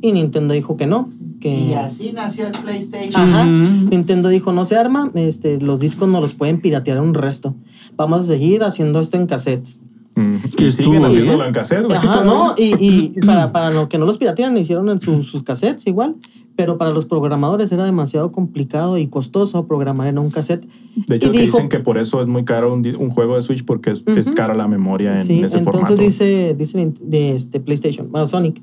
Y Nintendo dijo que no. Y Que así nació el PlayStation. Ajá. Mm. Nintendo dijo no se arma, este, los discos no los pueden piratear un resto. Vamos a seguir haciendo esto en cassettes. Que y siguen estuvo haciéndolo bien. en cassette, güey, Ajá, todavía. ¿no? Y, y para, para lo que no los piratearan, hicieron en sus- sus cassettes igual. Pero para los programadores era demasiado complicado y costoso programar en un cassette. De hecho, y que dijo- dicen que por eso es muy caro un, di- un juego de Switch porque es, es Ujú. cara la memoria en Sí, ese entonces formato. dice, dice Nin- de este PlayStation, bueno, Sonic,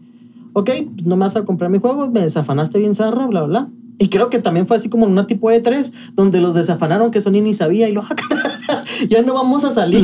ok, pues no me vas a comprar mi juego, me desafanaste bien zarra, bla, bla. Y creo que también fue así como en una tipo E3, donde los desafanaron que Sony ni sabía y lo ya no vamos a salir.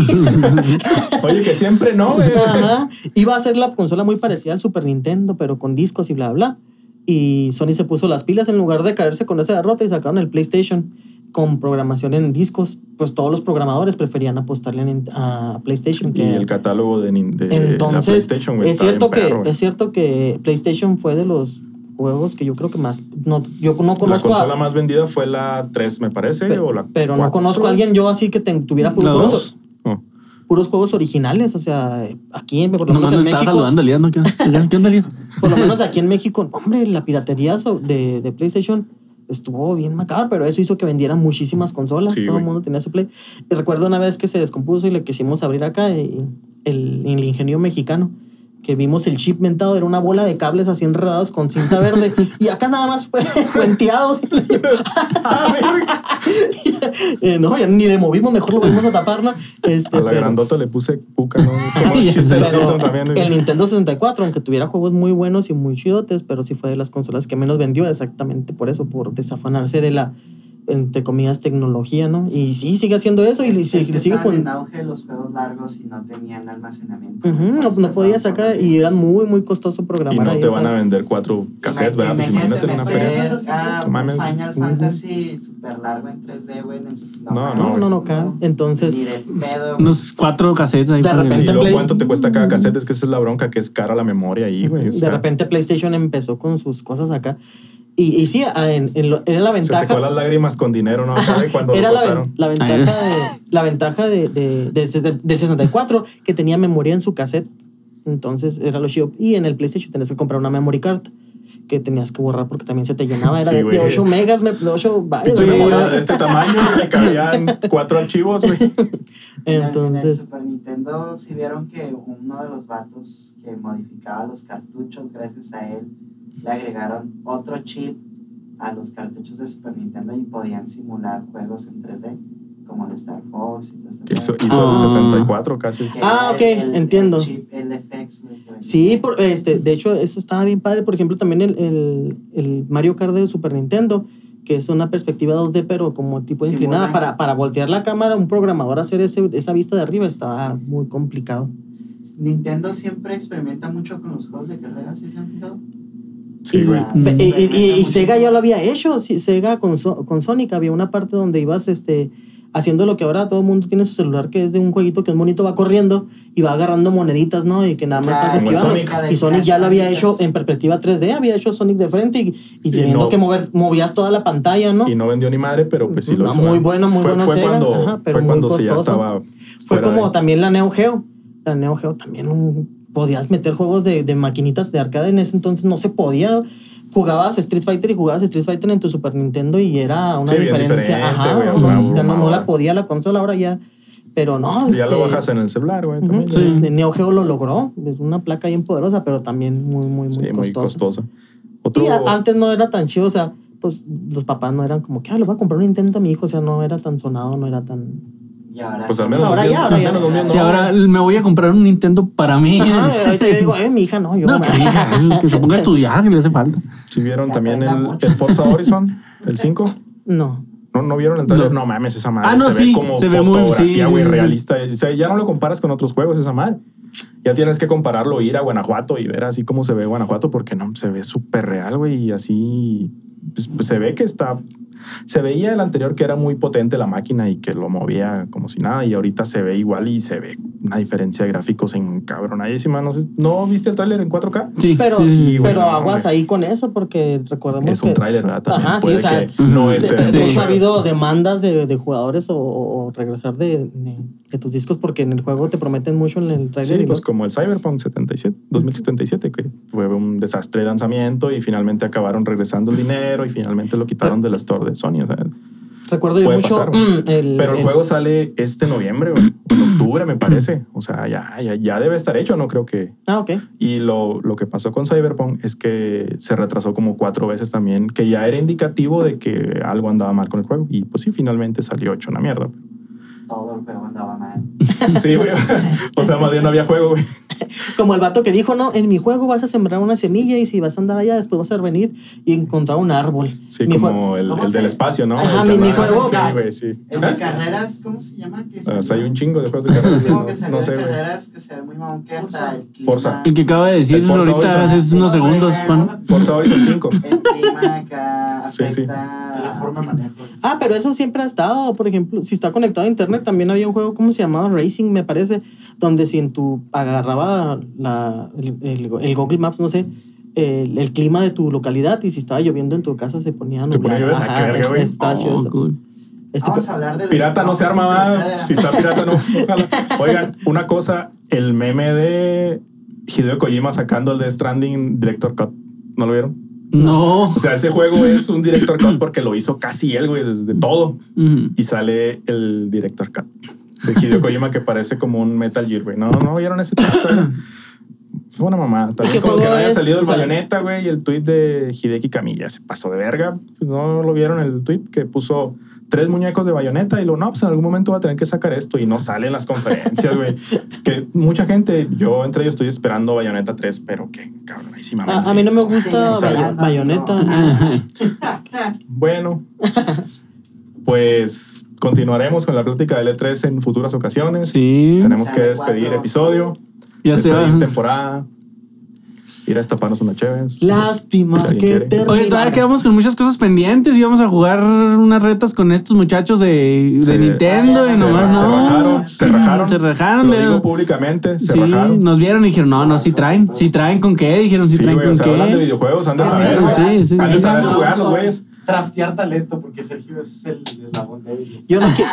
Oye, que siempre no, güey. Ajá. Iba a ser la consola muy parecida al Super Nintendo, pero con discos y bla, bla. Y Sony se puso las pilas en lugar de caerse con esa derrota y sacaron el PlayStation con programación en discos. Pues todos los programadores preferían apostarle a Nin- a PlayStation Y que el catálogo de, nin- de la entonces, PlayStation, güey, es está cierto bien que perro, güey. es cierto que PlayStation fue de los juegos que yo creo que más no yo no La conozco consola a, más vendida fue la 3, me parece, Pe- o la pero no cuatro. conozco a alguien yo así que te- tuviera puros, La juegos- dos. Oh. puros juegos originales, o sea, aquí en- por lo menos Nomás no en está México, saludando, Elías. ¿no? ¿Qué onda? ¿Qué onda, Elías? por lo menos aquí en México, hombre, la piratería so- de, de PlayStation estuvo bien macabra, pero eso hizo que vendieran muchísimas consolas, Sí, todo güey. el mundo tenía su Play. Y recuerdo una vez que se descompuso y le quisimos abrir acá y el, el ingeniero mexicano que vimos el chip mentado era una bola de cables así enredados con cinta verde y acá nada más fue cuenteados Ah, verga. Eh, no, ya ni le movimos, mejor lo volvimos a taparla. Este, A la pero- grandota le puse puca, ¿no? Como el chiste del Pero Simpson también. el Nintendo 64, aunque tuviera juegos muy buenos y muy chidotes, pero sí fue de las consolas que menos vendió exactamente por eso, por desafanarse de la, entre comillas, tecnología, ¿no? Y sí, sigue haciendo eso y Es- le- es sigue, que sigue estaban con... en auge los juegos largos y no tenían almacenamiento. Ujú, no, Entonces, no podía cerraban por sacar los y era discos. muy, muy costoso Y programar no ahí, te o van sea, a vender cuatro cassettes, ¿verdad? Pues Imagínate imagínate en una feria. meter a No mames. ah, Final Ujú. Fantasy súper largo en 3D, güey. en el sus- No, mames, No, no, no, güey. acá. Entonces, Ni de pedo, güey. Unos cuatro cassettes ahí De para- Sí, repente- y luego Play- cuánto te cuesta cada cassette, es que esa es la bronca, que es cara la memoria ahí, güey. o de sea, repente PlayStation empezó con sus cosas acá. Y, y sí, a- en- en lo- era la se ventaja. secó las lágrimas con dinero, ¿no? Acá de cuando Era lo la, cortaron. ven- la ventaja, Ahí de, la ventaja de, de- del ses- del 64 que tenía memoria en su cassette. Entonces era lo chido. Y en el PlayStation tenías que comprar una memory card que tenías que borrar porque también se te llenaba. Era Sí, de, güey. 8 megas, me- de 8 bytes. Pinche Sí, güey. memoria güey. de este tamaño, se cabían cuatro archivos, güey. En el- En el Entonces, Super Nintendo sí vieron que uno de los vatos que modificaba los cartuchos, gracias a él, le agregaron otro chip a los cartuchos de Super Nintendo y podían simular juegos en 3D, como el Star Fox y todo este esto. Que Hizo, hizo Ah. el 64 casi. Ah, ok, entiendo. El chip LFX, güey, güey. sí, por, este, de hecho, eso estaba bien padre. Por ejemplo, también el, el- el Mario Kart de Super Nintendo, que es una perspectiva 2D, pero como tipo Sí, inclinada. mola. Para, para voltear la cámara, un programador hacer ese, esa vista de arriba estaba muy complicado. Nintendo siempre experimenta mucho con los juegos de carrera, ¿sí se han fijado? Sí, y- güey. Ah, Pe- Y, y- y- y experimenta Sega ya muchísimo. lo había hecho. sí, Sega con, So- con Sonic había una parte donde ibas este, haciendo lo que ahora todo el mundo tiene en su celular, que es de un jueguito que es bonito, va corriendo y va agarrando moneditas, ¿no? Y que nada más Ah, estás como esquivando. Sonic. Y Sonic ya lo había hecho Crash en perspectiva 3D, había hecho Sonic de frente y, y Y teniendo no- que mover, movías toda la pantalla, ¿no? Y no vendió ni madre, pero pues sí lo No, hizo. muy ¿verdad? bueno, muy fue, bueno Fue Sega, cuando, ajá, pero fue muy cuando sí ya costoso. estaba. Fue fuera como de- también la Neo Geo. La Neo Geo también un- podías meter juegos de, de maquinitas de arcade. En ese entonces no se podía. Jugabas Street Fighter y jugabas Street Fighter en tu Super Nintendo y era una Sí, bien diferente, diferencia. Ajá, güey, no, abrumadora. ya no, no la podía la consola ahora ya. Pero no. pues, Ya lo este, bajas en el celular, güey. ujú, también, Sí. ¿no? de Neo Geo lo logró. Es una placa bien poderosa, pero también muy, muy, muy Sí, muy costosa. costoso. Y Otro, a- antes no era tan chido, o sea, pues los papás no eran como que, ah, le voy a comprar un Nintendo a mi hijo, o sea, no era tan sonado, no era tan... Y ahora Pues sí. al menos Ahora los ya, míos- ahora al ya. menos los míos no. Y ahora me voy a comprar un Nintendo para mí. Ajá, ahorita yo digo, eh, mi hija no, yo No, me- que diga, que se ponga a estudiar, que le hace falta. Si vieron Ya también falta el, mucho. el Forza Horizon, el 5. No. ¿No, ¿No vieron el trailer? No. No. mames, esa madre Ah, no, se sí, ve como se ve muy- sí, fotografía, sí, güey, sí, sí. realista. O sea, ya no lo comparas con otros juegos, esa madre. Ya tienes que compararlo, ir a Guanajuato y ver así cómo se ve Guanajuato, porque no, se ve súper real, güey, y así pues, pues, se ve que está... Se veía el anterior que era muy potente la máquina y que lo movía como si nada, y ahorita se ve igual y se ve una diferencia de gráficos en cabronadísima. No, sé, ¿no viste el tráiler en 4K? Sí, Pero, sí, sí, sí. sí, güey, pero no, aguas hombre. ahí con eso, porque recordemos Es que un tráiler, este, ¿verdad? También Ajá, sí, puede o sea, que no de- esté... de- Sí. de hecho, ha habido demandas de, de jugadores o, o regresar de, de- de tus discos porque en el juego te prometen mucho en el trailer. Sí, pues como el Cyberpunk 77, 2077, que fue un desastre de lanzamiento y finalmente acabaron regresando el dinero y finalmente lo quitaron del store de Sony. o sea, Recuerdo yo puede mucho pasar, mm, el, pero el juego sale este noviembre, güey, en octubre me parece. O sea, ya, ya, ya debe estar hecho, no creo que... Ah, ok. Y lo, lo que pasó con Cyberpunk es que se retrasó como cuatro veces también, que ya era indicativo de que algo andaba mal con el juego. Y pues sí, finalmente salió hecho una mierda. Todo el juego andaba mal. Sí, güey. O sea, más bien no había juego, güey. Como el vato que dijo, no, en mi juego vas a sembrar una semilla y si vas a andar allá, después vas a venir y encontrar un árbol. Sí, Mi como el, ¿Cómo el se- del espacio, ¿no? Ajá, El que mi- mi andaba- juego, Sí, claro. güey, sí. Ah, El de carreras, ¿cómo se llama? Que O sea, Ah, hay salió? un chingo de juegos de carreras. Como no, que salió no sé, de güey. carreras que se ve muy mamón, que hasta Forza. el clima. Ah, Forza. El que acaba de El decir Forza ahorita Horizon. hace unos segundos, Juan. Forza Horizon 5. El clima acá Sí, afecta. sí. La forma de manejo. Ah, pero eso siempre ha estado, por ejemplo, si está conectado a internet, también había un juego, ¿cómo se llamaba? Racing, me parece, donde si en tu agarraba la, el, el- el Google Maps, no sé, el, el clima de tu localidad y si estaba lloviendo en tu casa se ponía Se ponía nublado. a llover, ah, qué verga, es- güey. Ah, está chido eso. Oh, cool. Este- Vamos a hablar de los- Pirata no se arma, va. Crusader. Si está pirata, no. Ojalá. Oigan, una cosa, el meme de Hideo Kojima sacando el de Stranding Director Cut. ¿No lo vieron? No. O sea, ese juego es un Director Cut porque lo hizo casi él, güey, desde todo. Ujú. Y sale el Director Cut de Hideo Kojima que parece como un Metal Gear, güey. No, no vieron ese trailer? Fue una mamada. ¿Qué También como que juego no haya es? salido O el sea- bayoneta, güey, y el tweet de Hideki Camilla. Se pasó de verga. No lo vieron el tweet que puso tres muñecos de bayoneta y lo no, pues en algún momento va a tener que sacar esto y no sale en las conferencias, güey. que mucha gente, yo entre ellos estoy esperando bayoneta 3, pero que cabrón, ahí sí mames, A, a güey. mí no me Sí, gusta es Bay- verdad. Bayonetta. Ah, Bueno, pues continuaremos con la plática del E3 en futuras ocasiones. Sí. Tenemos que Sale despedir cuatro. episodio, Ya se va. despedir temporada, ir a estaparnos una chéves. Lástima Si alguien que quiere. terminó. Oye, todavía quedamos con muchas cosas pendientes. Íbamos a jugar unas retas con estos muchachos de, de Se- Nintendo y se- nomás se no. rajaron, se rajaron. Se rajaron. Lo le- digo públicamente, se sí, rajaron. nos vieron y dijeron, no, no, si traen. Si traen con qué. Dijeron, si Sí, traen güey, o con sea, hablan de qué. videojuegos, han de Ah, saber, güey. sí, sí, sí, Han de sí, saber sí. jugar los güeyes. Draftear talento, porque Sergio es el eslabón débil. Yo no quiero.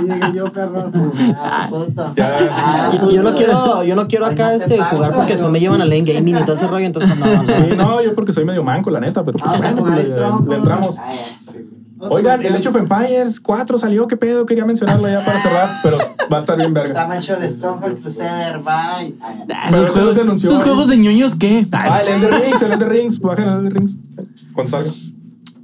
Y llegué yo, perros. Ah, puto. Ya. Ah, Y- y yo no quiero, yo no quiero Ay, acá no te este, pago, jugar porque yo- después me llevan a lane gaming y todo ese rollo, entonces no, no. Sí, no, yo porque soy medio manco, la neta, pero pues, Vamos a bueno, jugar pues, Strong. le, le entramos. Ah, ya, sí, güey. Oigan, el Age of Empires 4 salió, qué pedo, quería mencionarlo ya para cerrar, pero va a estar bien Está verga. macho el Stronghold pues, Crusader, bye. Ah, ya. Ah, Pero esos eso juegos, se anunció, esos eh. juegos de ñoños, ¿qué? Ah, el Elder Rings, el Elder Rings, bajen el Elder Rings cuando salga.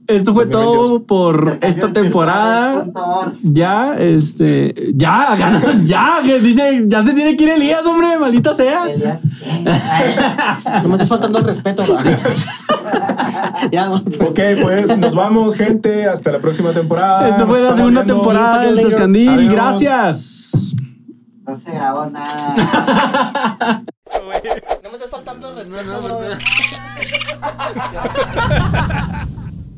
Esto fue 2022. todo por esta Intercambios Ah. temporada. virtuales, punto org. Ya, este, ya, ganaron, ya, que dice, ya se tiene que ir Elías, hombre, maldita sea. Elías, ¿qué? Ay, No me estás faltando el respeto. va. ya, vamos. Ok, pues nos vamos, gente, hasta la próxima temporada. Esta Nos fue la Ah, estamos segunda viendo. temporada del Soscandil. Adiós. Gracias. No se grabó nada. No me estás faltando el respeto,